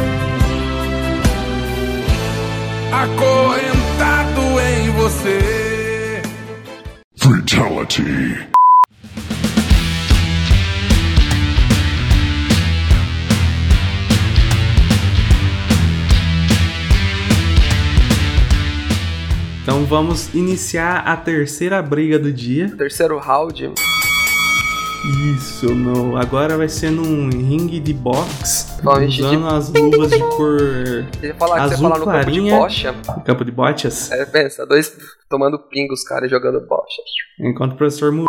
Speaker 13: Acorrentado em você.
Speaker 9: Fatality.
Speaker 1: Então vamos iniciar a terceira briga do dia.
Speaker 3: Terceiro round.
Speaker 1: Isso, não. Agora vai ser num ringue de box,
Speaker 3: Bom, gente,
Speaker 1: usando as luvas de cor
Speaker 3: Você ia falar que você
Speaker 1: Azul
Speaker 3: ia falar no campo de
Speaker 1: clarinha.
Speaker 3: bocha.
Speaker 1: campo de bochas.
Speaker 3: É, pensa, dois tomando pingo os caras jogando bocha.
Speaker 1: Enquanto o professor Mu...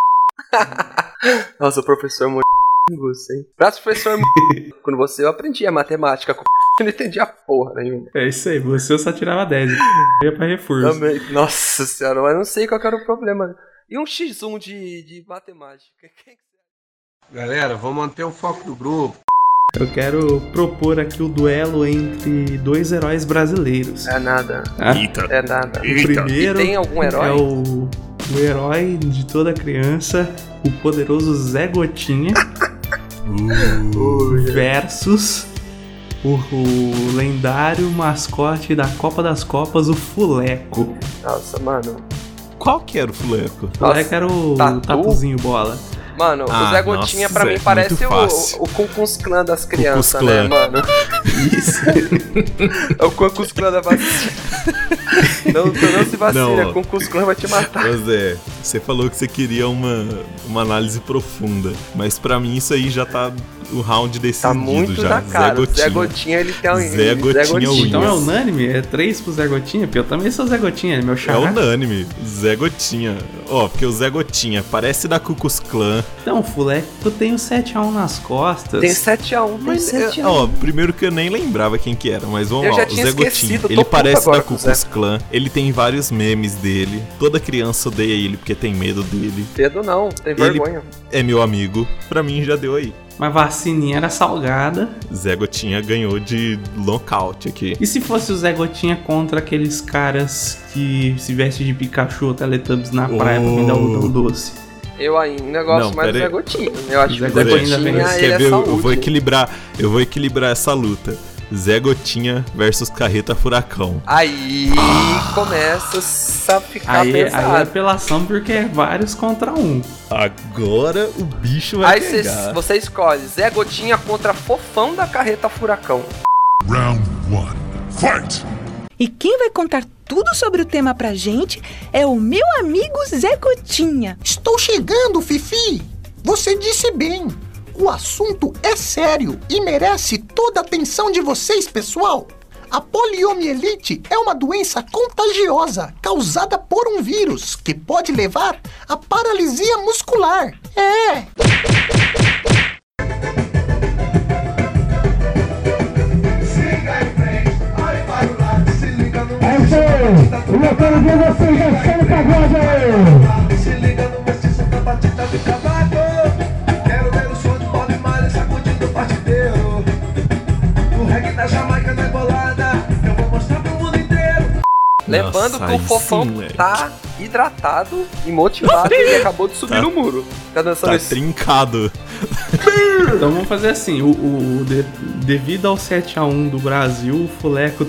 Speaker 3: Nossa, o professor é muito você, hein? Braço professor mu- Quando você eu aprendia matemática com eu não entendia porra nenhuma.
Speaker 1: É isso aí, você só tirava 10. ia pra reforço.
Speaker 3: Também. Nossa senhora, mas não sei qual que era o problema. E um X1 de, de matemática?
Speaker 14: Galera, vou manter o foco do grupo.
Speaker 1: Eu quero propor aqui o duelo entre dois heróis brasileiros.
Speaker 3: É nada.
Speaker 1: Ah.
Speaker 3: É nada.
Speaker 1: O primeiro
Speaker 3: E tem algum herói?
Speaker 1: é o, o herói de toda criança, o poderoso Zé Gotinha, versus o, o lendário mascote da Copa das Copas, o Fuleco.
Speaker 3: Nossa, mano.
Speaker 2: Qual que era o Fuleco?
Speaker 1: O Fuleco era o
Speaker 3: Tatu?
Speaker 1: tatuzinho bola.
Speaker 3: Mano,
Speaker 2: Ah,
Speaker 3: o Zé Gotinha
Speaker 2: nossa,
Speaker 3: pra
Speaker 2: Zé,
Speaker 3: mim
Speaker 2: muito
Speaker 3: parece
Speaker 2: fácil.
Speaker 3: o, o Ku Klux Klan das
Speaker 2: Klux
Speaker 3: crianças,
Speaker 2: Klan.
Speaker 3: né, mano?
Speaker 1: Isso.
Speaker 3: É o Ku Klux Klan da vacina. Não, não se vacina,
Speaker 2: Não.
Speaker 3: o Ku Klux Klan vai te matar.
Speaker 2: Mas é, você falou que você queria uma, uma análise profunda, mas pra mim isso aí já tá o round decidido
Speaker 3: Tá muito
Speaker 2: já.
Speaker 3: na cara.
Speaker 2: Zé Gotinha.
Speaker 3: O Zé Gotinha, ele tem um.
Speaker 2: Zé Gotinha wins.
Speaker 1: Então é unânime? É três pro Zé Gotinha? Porque eu também sou Zé Gotinha, ele é meu
Speaker 2: É
Speaker 1: xará.
Speaker 2: unânime, Zé Gotinha. Ó, porque o Zé Gotinha parece da Cucus Clan.
Speaker 1: Então, Fuleco tem o 7x1 nas costas.
Speaker 3: Tem 7x1, tem 7x1.
Speaker 2: É, Ó, primeiro que eu nem lembrava quem que era, mas vamos
Speaker 3: Eu
Speaker 2: lá.
Speaker 3: já
Speaker 2: O
Speaker 3: tinha
Speaker 2: Zé
Speaker 3: esquecido,
Speaker 2: Gotinha,
Speaker 3: tô
Speaker 2: ele
Speaker 3: puto
Speaker 2: parece da
Speaker 3: agora com o
Speaker 2: Cucus
Speaker 3: Zé.
Speaker 2: Clan. Ele tem vários memes dele. Toda criança odeia ele porque tem medo dele.
Speaker 3: Pedro não, tem
Speaker 2: Ele-
Speaker 3: vergonha.
Speaker 2: É meu amigo. Pra mim já deu aí.
Speaker 1: Mas vacininha era salgada.
Speaker 2: Zé Gotinha ganhou de knockout aqui.
Speaker 1: E se fosse o Zé Gotinha contra aqueles caras que se vestem de Pikachu ou Teletubbies na praia pra me dar
Speaker 2: Oh.
Speaker 1: algodão doce?
Speaker 3: Eu ainda gosto
Speaker 2: Não, pera
Speaker 3: mais do Zé
Speaker 2: aí.
Speaker 3: Gotinha. Eu acho que o
Speaker 2: Zé
Speaker 3: Zé
Speaker 2: Gotinha
Speaker 3: Gotinha,
Speaker 2: vence.
Speaker 3: ele
Speaker 2: Quer
Speaker 3: é
Speaker 2: ver? Eu- Eu
Speaker 3: saúde.
Speaker 2: vou equilibrar, eu vou equilibrar essa luta. Zé Gotinha versus Carreta Furacão.
Speaker 3: Aí
Speaker 2: Ah.
Speaker 3: começa a ficar
Speaker 2: Aí- aí é
Speaker 3: Tá pesado.
Speaker 1: apelação porque é vários contra um.
Speaker 2: Agora o bicho vai
Speaker 3: Aí cê-
Speaker 2: pegar.
Speaker 3: você escolhe Zé Gotinha contra Fofão da Carreta Furacão.
Speaker 9: Round one. Fight!
Speaker 15: E quem vai contar tudo sobre o tema pra gente é o meu amigo Zé Gotinha.
Speaker 6: Estou chegando, Fifi! Você disse bem! O assunto é sério e merece toda a atenção de vocês, pessoal! A poliomielite é uma doença contagiosa causada por um vírus que pode levar à paralisia muscular. É!
Speaker 5: É isso aí! E eu quero ver vocês dançando com a voz aí!
Speaker 3: Levando que o
Speaker 5: aí
Speaker 3: Fofão
Speaker 5: sim, moleque.
Speaker 3: tá hidratado e motivado e ele acabou de subir
Speaker 2: Tá-
Speaker 3: no muro. Tá dançando
Speaker 2: Tá
Speaker 3: esse...
Speaker 2: trincado.
Speaker 1: Então vamos fazer assim: o, o- o de- devido ao 7x1 do Brasil, o Fuleco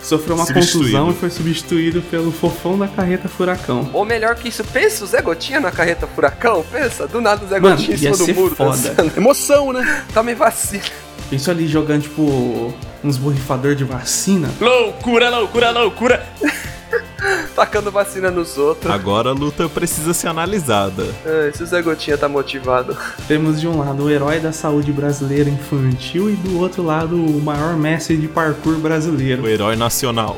Speaker 1: sofreu uma
Speaker 2: Substituído.
Speaker 1: contusão e foi substituído pelo fofão da carreta Furacão.
Speaker 3: Ou melhor que isso, pensa o Zé Gotinha na carreta furacão? Pensa, do nada o Zé
Speaker 1: Mano,
Speaker 3: Gotinha em
Speaker 1: ia
Speaker 3: cima do
Speaker 1: ser
Speaker 3: muro.
Speaker 1: foda.
Speaker 3: Emoção, né? Tome vacina.
Speaker 1: Pensou ali jogando, tipo, uns borrifador de vacina?
Speaker 3: Loucura, loucura, loucura. Tacando vacina nos outros.
Speaker 2: Agora a luta precisa ser analisada.
Speaker 3: Ah, Esse Zé Gotinha tá motivado.
Speaker 1: Temos de um lado o herói da saúde brasileira infantil e do outro lado o maior mestre de parkour brasileiro.
Speaker 2: O herói nacional.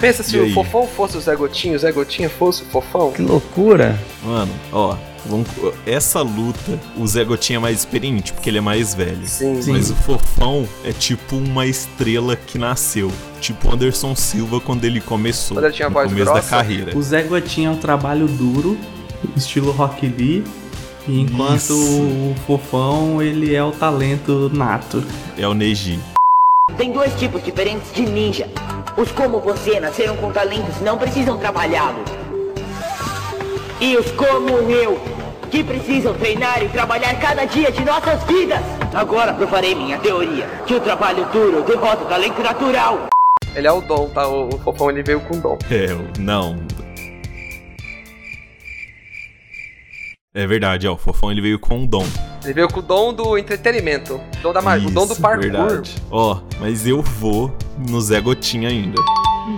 Speaker 3: Pensa se
Speaker 2: E
Speaker 3: o
Speaker 2: aí?
Speaker 3: Fofão fosse o Zé Gotinha, o Zé Gotinha fosse o Fofão.
Speaker 1: Que loucura!
Speaker 2: Mano, ó. vamos- Essa luta, o Zé Gotinha é mais experiente, porque ele é mais velho.
Speaker 3: Sim.
Speaker 2: Mas
Speaker 3: Sim.
Speaker 2: o Fofão é tipo uma estrela que nasceu. Tipo o Anderson Silva quando ele começou.
Speaker 3: Quando ele tinha
Speaker 2: no
Speaker 3: voz
Speaker 2: começo
Speaker 3: grossa.
Speaker 2: da carreira.
Speaker 1: O Zé Gotinha é um trabalho duro, estilo Rock Lee, e enquanto
Speaker 2: Isso.
Speaker 1: o Fofão ele é o talento nato.
Speaker 2: É o Neji.
Speaker 11: Tem dois tipos diferentes de ninja. Os como você nasceram com talentos e não precisam trabalhá-los. E os como eu, que precisam treinar e trabalhar cada dia de nossas vidas. Agora provarei minha teoria, que o trabalho duro derrota o talento natural.
Speaker 3: Ele é o dom, tá? O, o Fofão ele veio com dom.
Speaker 2: É, o- não. É verdade, ó. O Fofão ele veio com um dom.
Speaker 3: Ele veio com o dom do entretenimento, dom da magia, Ah, o dom do
Speaker 2: Isso,
Speaker 3: parkour.
Speaker 2: Verdade. Ó, mas eu vou no Zé Gotinha ainda.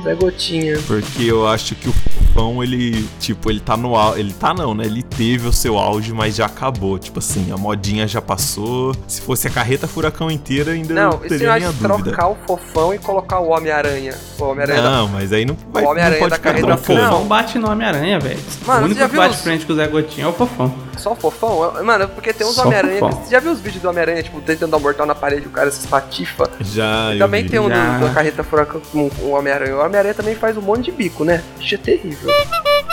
Speaker 3: Zé Gotinha.
Speaker 2: Porque eu acho que o Fofão, ele, tipo, ele tá no auge. Ele tá não, né? Ele teve o seu auge, mas já acabou. Tipo assim, a modinha já passou. Se fosse a carreta furacão inteira, ainda eu
Speaker 3: Não, e se
Speaker 2: teria minha
Speaker 3: nós
Speaker 2: dúvida.
Speaker 3: trocar o Fofão e colocar o Homem-Aranha? O Homem-Aranha da-
Speaker 2: Não, mas aí não vai
Speaker 3: O Homem-Aranha
Speaker 2: não pode
Speaker 3: da
Speaker 2: ficar
Speaker 3: carreira
Speaker 2: trocando.
Speaker 3: furacão.
Speaker 1: Não bate no Homem-Aranha, velho.
Speaker 3: Mano,
Speaker 1: o
Speaker 3: você
Speaker 1: único
Speaker 3: já
Speaker 1: que
Speaker 3: viu
Speaker 1: bate
Speaker 3: os-
Speaker 1: frente com o Zé Gotinha é o Fofão.
Speaker 3: Só o Fofão? Mano, porque tem uns
Speaker 1: Só
Speaker 3: Homem-Aranha.
Speaker 1: Fofão.
Speaker 3: que- Você já viu os vídeos do Homem-Aranha, tipo, tentando dar um mortal na parede, o cara se espatifa?
Speaker 2: Já, eu
Speaker 3: também
Speaker 2: vi.
Speaker 3: tem um do,
Speaker 2: Já.
Speaker 3: da carreta furacão com o Homem-Aranha. O Homem-Aranha também faz um monte de bico, né? Isso é terrível.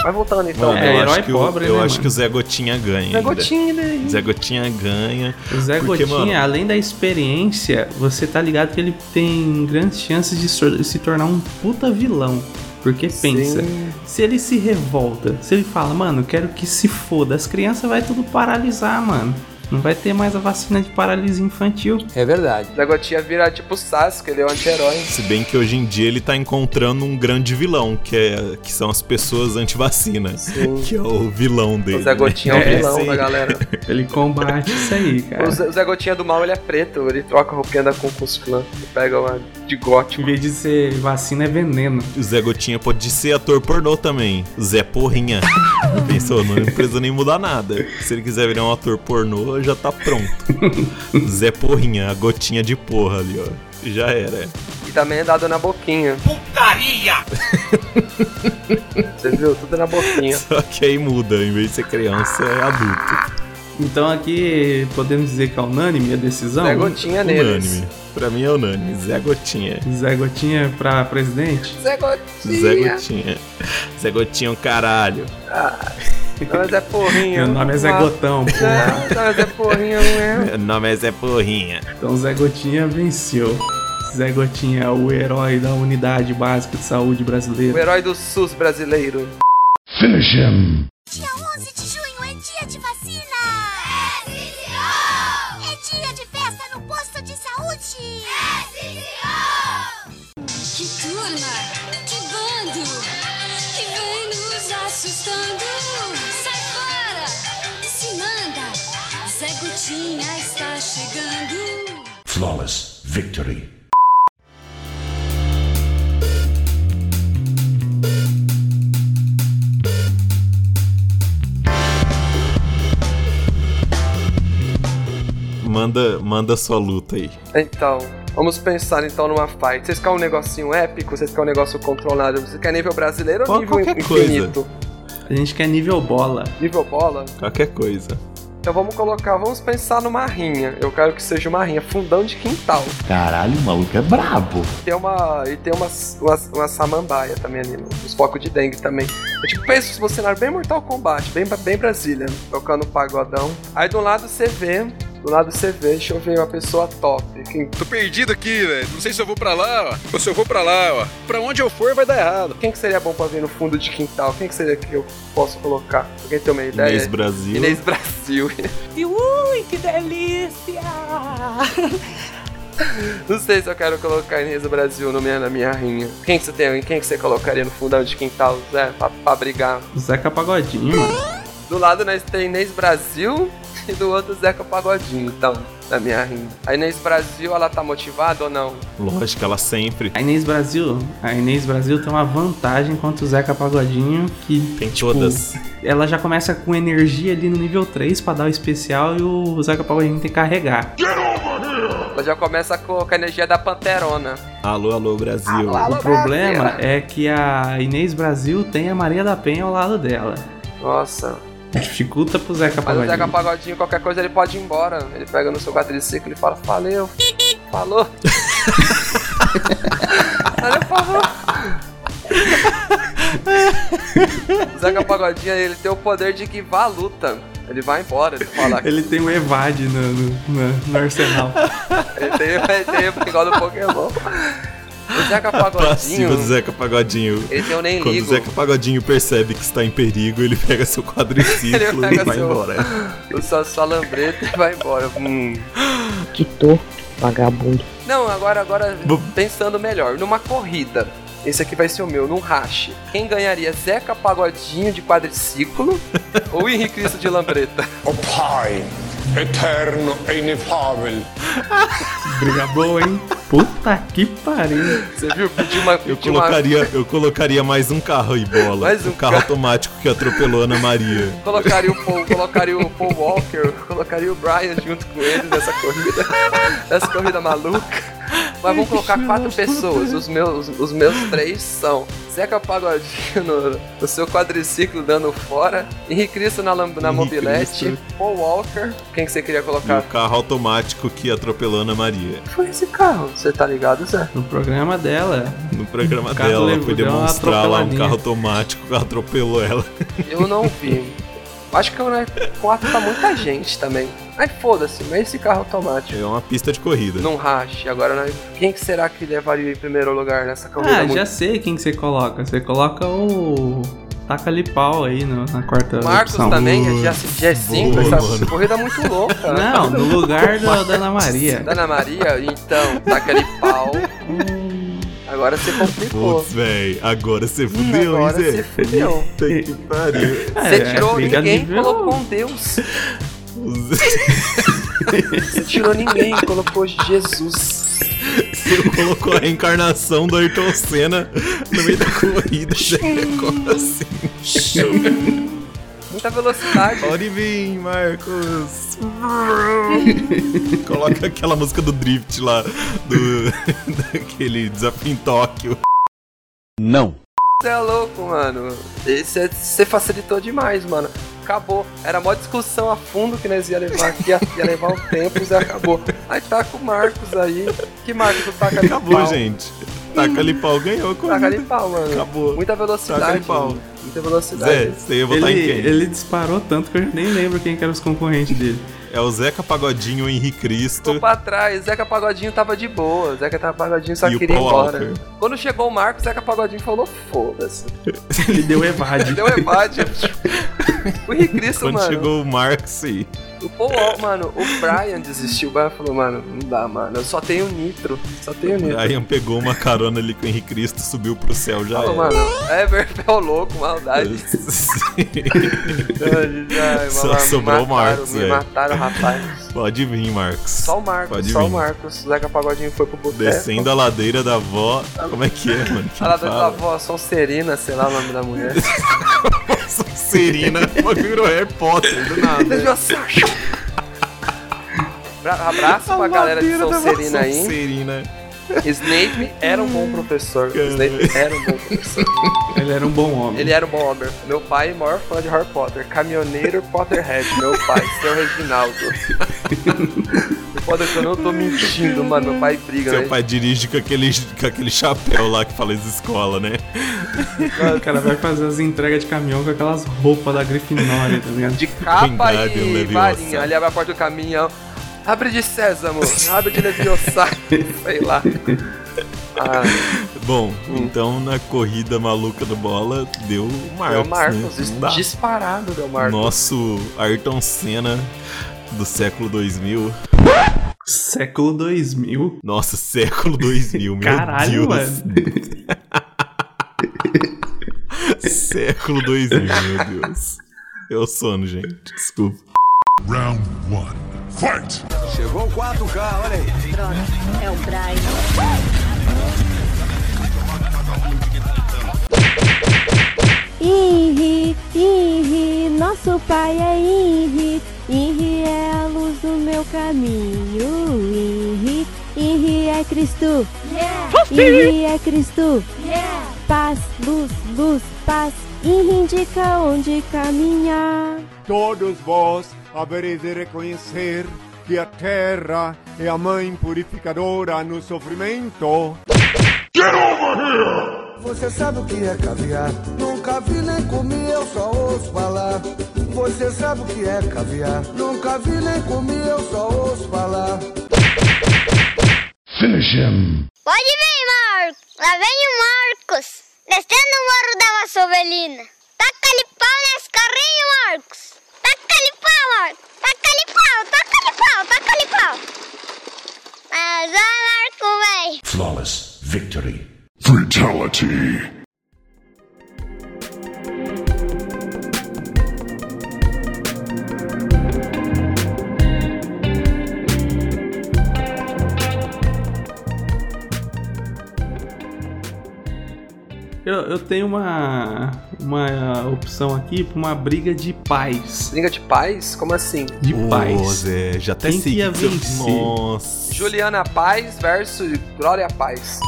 Speaker 3: Mas voltando então.
Speaker 2: Mano,
Speaker 1: É,
Speaker 2: eu acho que o-
Speaker 1: né,
Speaker 2: Eu acho que o Zé Gotinha ganha.
Speaker 3: Zé
Speaker 2: ainda.
Speaker 3: Gotinha, né?
Speaker 2: Zé Gotinha ganha.
Speaker 1: O Zé
Speaker 2: porque,
Speaker 1: Gotinha,
Speaker 2: mano,
Speaker 1: além da experiência, você tá ligado que ele tem grandes chances de sor- se tornar um puta vilão. Porque pensa, se ele se revolta, se ele fala, mano, quero que se foda, as crianças vai tudo paralisar, mano. Não vai ter mais a vacina de paralisia infantil.
Speaker 3: É verdade. Zé Gotinha vira tipo Sasuke, ele é um anti-herói.
Speaker 2: Se bem que hoje em dia ele tá encontrando um grande vilão, que, é, que são as pessoas anti-vacina. Que é o vilão dele.
Speaker 3: O Zé Gotinha é o
Speaker 2: né?
Speaker 3: vilão
Speaker 2: Sim.
Speaker 3: da galera.
Speaker 1: Ele combate isso aí, cara.
Speaker 3: O Zé, o Zé Gotinha do mal, ele é preto, ele troca a roupinha da Concus Clan, pega uma de gótico.
Speaker 1: Em vez de ser vacina, é veneno.
Speaker 2: O Zé Gotinha pode ser ator pornô também. Zé Porrinha. Pensou? Não precisa nem mudar nada. Se ele quiser virar um ator pornô, já tá pronto. Zé Porrinha, a gotinha de porra ali, ó. Já era.
Speaker 3: E também é dado na boquinha. Putaria! Você viu? Tudo na boquinha.
Speaker 2: Só que aí muda, em vez de ser criança, é adulto.
Speaker 1: Então aqui podemos dizer que é unânime a decisão?
Speaker 3: Zé Gotinha neles.
Speaker 2: Unânime. Pra mim é unânime. Zé Gotinha.
Speaker 1: Zé Gotinha é pra presidente?
Speaker 3: Zé Gotinha.
Speaker 2: Zé Gotinha. Zé Gotinha é um caralho.
Speaker 3: Não, Zé Porrinha.
Speaker 1: Meu nome é Zé Gotão, porra.
Speaker 3: Não, não, Zé Porrinha não é.
Speaker 2: Meu nome é Zé Porrinha.
Speaker 1: Então Zé Gotinha venceu. Zé Gotinha é o herói da unidade básica de saúde
Speaker 3: O
Speaker 1: brasileira.
Speaker 3: herói do SUS brasileiro.
Speaker 9: Finish him.
Speaker 16: Dia 11 de junho é dia de vacina! SBO! É dia de festa no posto de saúde! SBO! Que turma! Que bando! Que vem nos assustando! Sai fora! Se manda! Zé Gotinha está chegando!
Speaker 9: Flawless victory.
Speaker 2: Manda, manda sua luta aí.
Speaker 3: Então, vamos pensar então numa fight. Vocês querem um negocinho épico? Vocês querem um negócio controlado? Você quer nível brasileiro ou
Speaker 2: Qual-
Speaker 3: nível
Speaker 2: qualquer
Speaker 3: infinito?
Speaker 1: A gente quer nível bola.
Speaker 3: Nível bola?
Speaker 2: Qualquer coisa.
Speaker 3: Então vamos colocar, vamos pensar numa rinha. Eu quero que seja uma rinha, fundão de quintal.
Speaker 17: Caralho, o maluco é brabo.
Speaker 3: Tem uma. E tem umas, umas, uma samambaia também ali, uns focos de dengue também. Eu tipo, penso num cenário bem Mortal Kombat, bem, bem Brasília, tocando pagodão. Aí do lado você vê. Do lado você vê, deixa eu ver uma pessoa top. Quem,
Speaker 18: Tô perdido aqui, velho. Não sei se eu vou pra lá, ó. Ou se eu vou pra lá, ó. Pra onde eu for, vai dar errado.
Speaker 3: quem que seria bom pra vir no fundo de quintal? Quem que seria que eu posso colocar? Alguém tem uma ideia?
Speaker 2: Inês Brasil.
Speaker 3: Inês Brasil.
Speaker 15: Ui, que delícia!
Speaker 3: Não sei se eu quero colocar Inês Brasil no minha, na minha rinha. Quem que você tem? Quem que você colocaria no fundão de quintal, Zé? Pra, pra brigar?
Speaker 1: Zeca Pagodinho, mano.
Speaker 3: Do lado nós tem Inês Brasil e do outro Zeca Pagodinho, então, na minha rinha. A Inês Brasil, ela tá motivada ou não?
Speaker 2: Lógico, ela sempre.
Speaker 1: A Inês Brasil, a Inês Brasil tem uma vantagem contra o Zeca Pagodinho que
Speaker 2: tem todas.
Speaker 1: Ela já começa com energia ali no nível 3 pra dar o especial e o Zeca Pagodinho tem que carregar.
Speaker 3: Ela já começa com, com a energia da Panterona.
Speaker 2: Alô, alô, Brasil.
Speaker 1: o problema é que a Inês Brasil tem a Maria da Penha ao lado dela.
Speaker 3: Nossa.
Speaker 1: Dificulta pro Zeca
Speaker 3: Mas o Zeca
Speaker 1: Pagodinho.
Speaker 3: Pagodinho, qualquer coisa, ele pode ir embora. Ele pega no seu quadriciclo e fala, valeu, falou. Olha, por favor. O Zeca Pagodinho, ele tem o poder de que vá à luta. Ele vai embora, ele fala.
Speaker 1: Ele tem o Evade no, no- no- no arsenal.
Speaker 3: Ele tem, ele tem igual do Pokémon. O Zeca Pagodinho.
Speaker 2: Passiva do Zeca Pagodinho.
Speaker 3: Ele tem o Nem
Speaker 2: Quando
Speaker 3: Ligo.
Speaker 2: o Zeca Pagodinho percebe que está em perigo, ele pega seu quadriciclo e
Speaker 3: pega
Speaker 2: vai
Speaker 3: seu-
Speaker 2: embora.
Speaker 3: O seu, sua lambreta e vai embora. Hum.
Speaker 11: Que tô, vagabundo.
Speaker 3: Não, agora, agora pensando melhor, numa corrida. Esse aqui vai ser o meu, num rache. Quem ganharia Zeca Pagodinho de quadriciclo ou Henrique Cristo de Lambreta?
Speaker 9: O Pai, eterno e inefável.
Speaker 1: Briga boa, hein? Puta que pariu.
Speaker 3: Você viu? Pediu uma.
Speaker 2: Eu colocaria, eu colocaria mais um carro aí, bola.
Speaker 3: Mais um
Speaker 2: o carro automático que atropelou a Ana Maria.
Speaker 3: Colocaria o, Paul, colocaria o Paul Walker, colocaria o Brian junto com ele nessa corrida. Nessa corrida maluca. Mas vamos colocar quatro pessoas. Os meus, os meus três são Zeca Pagodinho no, no seu quadriciclo dando fora, Henrique Cristo na, lam- na
Speaker 2: Henrique
Speaker 3: mobilete,
Speaker 2: Cristo.
Speaker 3: Paul Walker. Quem que você queria
Speaker 2: E o
Speaker 3: colocar?
Speaker 2: carro automático que atropelou a Ana Maria.
Speaker 3: Foi esse carro, você tá ligado, Zé?
Speaker 1: No programa dela.
Speaker 2: No programa
Speaker 1: O carro
Speaker 2: dela, ela
Speaker 1: levou-
Speaker 2: foi
Speaker 1: deu uma
Speaker 2: demonstrar lá um
Speaker 1: atropeladinha.
Speaker 2: carro automático que atropelou ela.
Speaker 3: Eu não vi. Acho que o né, quatro tá muita gente também. Ai, foda-se, mas esse carro automático.
Speaker 2: É uma pista de corrida.
Speaker 3: Não rache. Agora, nós- quem que será que levaria em primeiro lugar nessa corrida?
Speaker 1: Ah,
Speaker 3: Então muito-
Speaker 1: já sei quem que você coloca. Você coloca o. Taca ali pau aí no- na quarta
Speaker 3: Marcos
Speaker 1: opção.
Speaker 3: também, já, já é 5,
Speaker 1: Boa,
Speaker 3: essa
Speaker 1: mano.
Speaker 3: corrida é muito louca. né?
Speaker 1: Não, no lugar da, da Ana Maria.
Speaker 3: Da Ana Maria, então, taca de pau. Agora você complicou.
Speaker 2: Putz, véi, agora você fudeu, hein,
Speaker 3: agora
Speaker 2: Zé?
Speaker 3: você fudeu.
Speaker 2: Puta que pariu.
Speaker 1: É,
Speaker 3: Você tirou
Speaker 1: assim,
Speaker 3: ninguém e colocou um Deus. Você tirou ninguém e colocou Jesus.
Speaker 2: Você colocou a encarnação do Ayrton Senna no meio da corrida. assim? Zé, agora sim.
Speaker 3: Muita velocidade.
Speaker 2: Pode vir, Marcos. Coloca aquela música do Drift lá, do, daquele desafio em Tóquio. Não.
Speaker 3: Você é louco, mano. Esse é- Você facilitou demais, mano. Acabou. Era mó discussão a fundo que nós ia levar aqui, ia, ia levar um tempo, Zé acabou. Aí tá com o Marcos aí. Que Marcos o taca de
Speaker 2: Acabou,
Speaker 3: pau.
Speaker 2: gente. Taca ali pau, ganhou a corrida.
Speaker 3: Taca de pau, mano.
Speaker 2: Acabou.
Speaker 3: Muita
Speaker 2: Taca
Speaker 3: velocidade.
Speaker 2: de pau.
Speaker 3: mano. Muita
Speaker 2: Zé,
Speaker 3: velocidade.
Speaker 2: você ia votar
Speaker 1: ele,
Speaker 2: em quem?
Speaker 1: ele disparou tanto que eu nem lembro quem que eram os concorrentes dele.
Speaker 2: É o Zeca Pagodinho, o Henrique Cristo.
Speaker 3: Ficou pra trás, Zeca Pagodinho tava de boa, Zeca tava Pagodinho só
Speaker 2: E o
Speaker 3: queria ir
Speaker 2: Paul
Speaker 3: embora.
Speaker 2: Walker.
Speaker 3: Quando chegou o Marco, Zeca Pagodinho falou, foda-se.
Speaker 1: Ele deu evade.
Speaker 3: Deu evade. o Henrique Cristo,
Speaker 2: Quando
Speaker 3: mano.
Speaker 2: chegou o Marx e.
Speaker 3: O Paul Wall- mano, o Brian desistiu, o Brian falou, mano, não dá, mano, eu só tenho nitro, só tenho nitro.
Speaker 2: Brian pegou uma carona ali com o Henrique Cristo, subiu pro céu já.
Speaker 3: Falou,
Speaker 2: era.
Speaker 3: mano, é verpel louco, maldade. Ai,
Speaker 2: Só
Speaker 3: mano,
Speaker 2: sobrou o
Speaker 3: mataram,
Speaker 2: Marcos, é.
Speaker 3: Me
Speaker 2: velho.
Speaker 3: mataram, rapaz.
Speaker 2: Pode vir, Marcos.
Speaker 3: Só o Marcos,
Speaker 2: Pode
Speaker 3: só
Speaker 2: vir.
Speaker 3: o Marcos. O Zeca Pagodinho foi pro boteco.
Speaker 2: Descendo a ladeira da avó. Como é que é, mano?
Speaker 3: Ela deu da
Speaker 2: Fala.
Speaker 3: avó, Sonserina, sei lá o nome da mulher.
Speaker 2: Serina, virou Harry Potter do nada. é.
Speaker 3: Nossa. Abra- Abraço pra galera de Sonserina aí.
Speaker 2: Sonserina.
Speaker 3: Snape era um bom professor. Snape era um bom professor.
Speaker 1: Ele era um bom homem.
Speaker 3: Ele era um bom homem. Meu pai, maior fã de Harry Potter. Caminhoneiro Potterhead, meu pai, seu Reginaldo. O Foda que eu não tô mentindo, mano. Meu pai briga,
Speaker 2: Seu
Speaker 3: né?
Speaker 2: pai dirige com aquele, com aquele chapéu lá que fala as escola, né?
Speaker 1: O cara vai fazer as entregas de caminhão com aquelas roupas da Grifinória, tá ligado?
Speaker 3: De Capa
Speaker 1: Wingardium
Speaker 3: e
Speaker 1: Leviosa.
Speaker 3: varinha. Ali abre a porta do caminhão. Abre de sésamo, abre de leviosa. sei lá.
Speaker 2: Bom, então na corrida maluca do bola deu o Marcos.
Speaker 3: Hum. Deu Marcos,
Speaker 2: né?
Speaker 3: dis-
Speaker 2: Não dá.
Speaker 3: disparado, deu Marcos.
Speaker 2: Nosso Ayrton Senna do século 2000.
Speaker 1: Século 2000?
Speaker 2: Nossa, século 2000, meu
Speaker 1: Caralho,
Speaker 2: Deus.
Speaker 1: mano.
Speaker 2: século 2000, meu Deus. É o sono, gente. Desculpa. Round 1. Fight!
Speaker 10: Chegou o 4K, olha aí.
Speaker 16: Droga, é o Brian.
Speaker 19: Inri, Inri, nosso pai é Inri. Inri é a luz do meu caminho. Inri, Inri é Cristo. Inri é Cristo. Paz, luz, luz, paz. Inri indica onde caminhar.
Speaker 7: Todos vós havereis de reconhecer que a terra é a mãe purificadora no sofrimento.
Speaker 20: Você sabe o que é caviar? Nunca vi nem comi, eu só ouço falar. Você sabe o que é caviar? Nunca vi nem comi, eu só ouço falar.
Speaker 9: Finish him.
Speaker 16: Pode vir, Marcos. Lá vem o Marcos. Descendo o morro da Vassovelina. Taca-lhe pau nesse carrinho, Marcos. Taca-lhe pau, Marcos. Taca-lhe pau, taca-lhe pau, taca-lhe pau. Mas ó, Marco, véi.
Speaker 9: Flawless victory. Fatality.
Speaker 1: Eu, eu tenho uma, uma opção aqui pra uma briga de paz.
Speaker 3: Briga de paz? Como assim?
Speaker 1: De paz.
Speaker 2: Zé, já até
Speaker 1: Quem
Speaker 2: sei
Speaker 1: que ia
Speaker 2: que você-
Speaker 1: vencer?
Speaker 2: Nossa.
Speaker 3: Juliana Paz versus Glória Paz.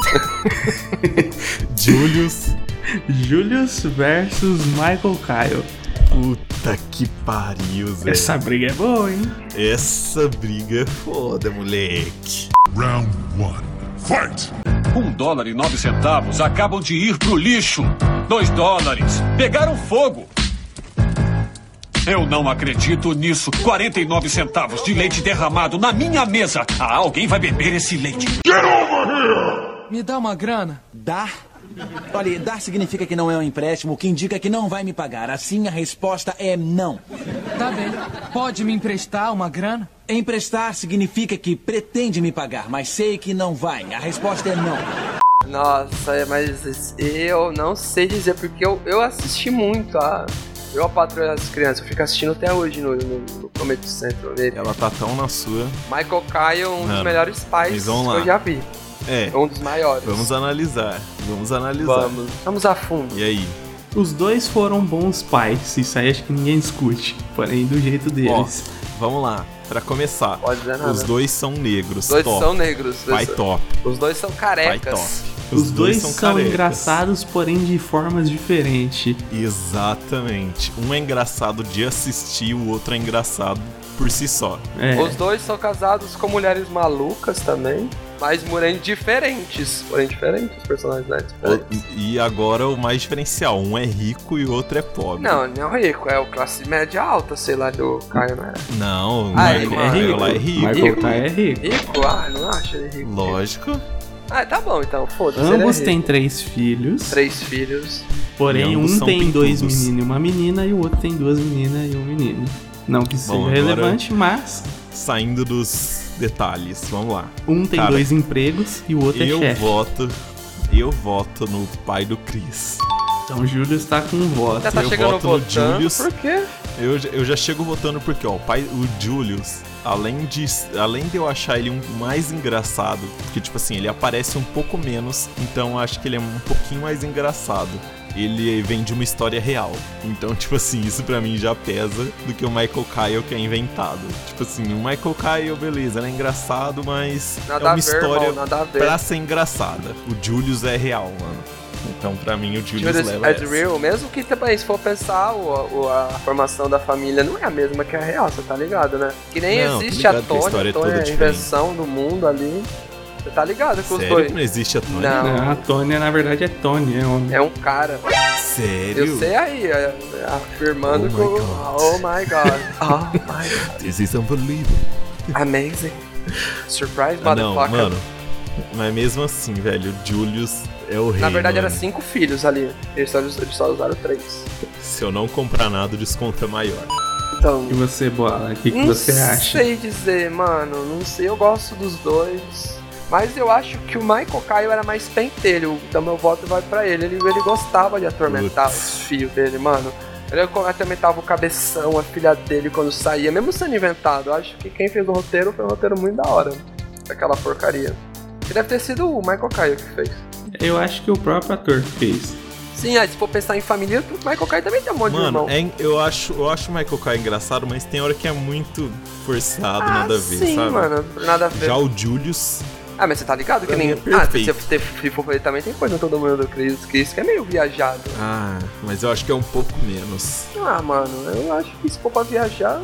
Speaker 2: Julius.
Speaker 1: Julius versus Michael Kyle.
Speaker 2: Puta que pariu, Zé.
Speaker 1: Essa briga é boa, hein?
Speaker 2: Essa briga é foda, moleque.
Speaker 9: Round 1. Fight! Um dólar e nove centavos acabam de ir pro lixo. Dois dólares. Pegaram fogo. Eu não acredito nisso. 49 centavos de leite derramado na minha mesa. Ah, alguém vai beber esse leite. Get over here!
Speaker 21: Me dá uma grana. Dá? Olha, dar significa que não é um empréstimo, o que indica que não vai me pagar. Assim, a resposta é não. Tá bem. Pode me emprestar uma grana? Emprestar significa que pretende me pagar, mas sei que não vai. A resposta é não.
Speaker 3: Nossa, é, mas eu não sei dizer, porque eu, eu assisti muito a. Eu a Patrulha das Crianças, eu fico assistindo até hoje no, no, no Comedy Central dele.
Speaker 2: Ela tá tão na sua.
Speaker 3: Michael Kyle, um dos
Speaker 2: Mano,
Speaker 3: melhores pais
Speaker 2: mas
Speaker 3: que
Speaker 2: vamos lá.
Speaker 3: eu já vi.
Speaker 2: É.
Speaker 3: Um dos maiores.
Speaker 2: Vamos analisar. Vamos analisar.
Speaker 3: Vamos. Vamos a fundo.
Speaker 2: E aí?
Speaker 1: Os dois foram bons pais, isso aí acho que ninguém discute, porém do jeito deles.
Speaker 2: Vamos lá. Pra começar.
Speaker 3: Pode dizer nada.
Speaker 2: Os dois são negros.
Speaker 3: Os dois
Speaker 2: top.
Speaker 3: são negros. os dois
Speaker 2: Pai
Speaker 3: são-
Speaker 2: top.
Speaker 3: Os dois são carecas.
Speaker 1: Os, dois,
Speaker 2: são
Speaker 1: são,
Speaker 2: carecas.
Speaker 1: engraçados, porém de formas diferentes.
Speaker 2: Exatamente. Um é engraçado de assistir, o outro é engraçado por si só.
Speaker 3: É.
Speaker 1: É.
Speaker 3: Os dois são casados com mulheres malucas também. Mas porém diferentes. Porém diferentes os né? personalidades.
Speaker 2: O- e agora o mais diferencial. Um é rico e o outro é pobre.
Speaker 3: Não, não é rico, é o classe média alta, sei lá, do Caio, né?
Speaker 2: Não, o
Speaker 3: Ah,
Speaker 2: Michael
Speaker 3: ele é
Speaker 2: Kyle
Speaker 3: rico.
Speaker 2: lá é rico.
Speaker 1: Michael Kyle é rico.
Speaker 3: Rico? Ah, não acho ele rico.
Speaker 2: Lógico.
Speaker 3: Ah, tá bom então, foda-se. ele é
Speaker 1: Ambos
Speaker 3: rico.
Speaker 1: têm três filhos.
Speaker 3: Três filhos.
Speaker 1: Porém,
Speaker 2: E
Speaker 1: um
Speaker 2: ambos são
Speaker 1: tem dois
Speaker 2: pintudos.
Speaker 1: meninos e uma menina, e o outro tem duas meninas e um menino. Não que isso
Speaker 2: Bom,
Speaker 1: seja
Speaker 2: agora-
Speaker 1: relevante, mas
Speaker 2: Saindo dos detalhes, vamos lá.
Speaker 1: um tem
Speaker 2: Cara,
Speaker 1: dois empregos e o outro
Speaker 2: eu
Speaker 1: é chefe.
Speaker 2: voto. Eu voto no pai do Chris.
Speaker 1: Então o Júlio está com um voto.
Speaker 3: Já tá
Speaker 2: eu
Speaker 3: chegando
Speaker 2: voto no
Speaker 3: votando,
Speaker 2: Julius.
Speaker 3: por quê?
Speaker 2: Eu, já- eu já chego votando porque, ó, o pai, o Julius, além de, além de eu achar ele um mais engraçado, porque, tipo assim, ele aparece um pouco menos, então eu acho que ele é um pouquinho mais engraçado. Ele vem de uma história real. Então, tipo assim, isso pra mim já pesa do que o Michael Kyle que é inventado. Tipo assim, o Michael Kyle, beleza, ele é engraçado, mas
Speaker 3: Nada
Speaker 2: é
Speaker 3: a
Speaker 2: uma
Speaker 3: ver,
Speaker 2: história
Speaker 3: irmão, nada a ver.
Speaker 2: pra ser engraçada. O Julius é real, mano. Então, pra mim, o Julius,
Speaker 3: Judas
Speaker 2: leva essa.
Speaker 3: Adriel, mesmo que também, se for pensar, o, o- a formação da família não é a mesma que a real, você tá ligado, né? Que nem
Speaker 2: Não, tô
Speaker 3: existe a
Speaker 2: ligado que a
Speaker 3: Tony,
Speaker 2: história é
Speaker 3: a Tony
Speaker 2: toda
Speaker 3: é a
Speaker 2: diferente.
Speaker 3: invenção do mundo ali. Você tá ligado com os
Speaker 2: Sério
Speaker 3: dois.
Speaker 2: que não existe a Tony?
Speaker 3: Não.
Speaker 1: Não, Né, a Tônia, na verdade, é Tony, é homem.
Speaker 3: É um cara.
Speaker 2: Sério?
Speaker 3: Eu sei aí, é- é afirmando
Speaker 2: Oh
Speaker 3: que
Speaker 2: my
Speaker 3: o.
Speaker 2: God.
Speaker 3: Oh my god. Oh my
Speaker 2: This is unbelievable.
Speaker 3: god. Amazing. Surprise,
Speaker 2: Ah, não,
Speaker 3: motherfucker.
Speaker 2: mano. Mas mesmo assim, velho, o Julius é o rei.
Speaker 3: Na verdade,
Speaker 2: mano.
Speaker 3: era assim. cinco filhos ali. Eles só, eles só usaram três.
Speaker 2: Se eu não comprar nada, o desconto é maior.
Speaker 3: Então.
Speaker 1: E você, Bola, o que, que
Speaker 3: não
Speaker 1: você acha?
Speaker 3: sei dizer, mano. Não sei, eu gosto dos dois. Mas eu acho que o Michael Caio era mais pentelho. Então meu voto vai pra ele. Ele, ele gostava de atormentar os filhos dele, mano. Ele atormentava o cabeção, a filha dele quando saía, mesmo sendo inventado. Eu acho que quem fez o roteiro foi um roteiro muito da hora. Aquela porcaria. Que deve ter sido o Michael Caio que fez.
Speaker 1: Eu acho que o próprio ator fez.
Speaker 3: Sim, aí se for pensar em família, o Michael Caio também tem um monte de irmão.
Speaker 2: Mano, é en- eu, acho, eu acho o Michael Kyle engraçado, mas tem hora que é muito forçado, nada a ver,
Speaker 3: Ah, sim,
Speaker 2: sabe?
Speaker 3: mano, nada a ver.
Speaker 2: Já o Julius.
Speaker 3: Ah, mas você tá ligado que
Speaker 2: Pra
Speaker 3: nem.
Speaker 2: mim é
Speaker 3: ah, se
Speaker 2: perfeito.
Speaker 3: você se for ver também tem coisa todo mundo do Chris, Chris que é meio viajado.
Speaker 2: Ah, mas eu acho que é um pouco menos.
Speaker 3: Ah, mano, eu acho que se for pra viajar,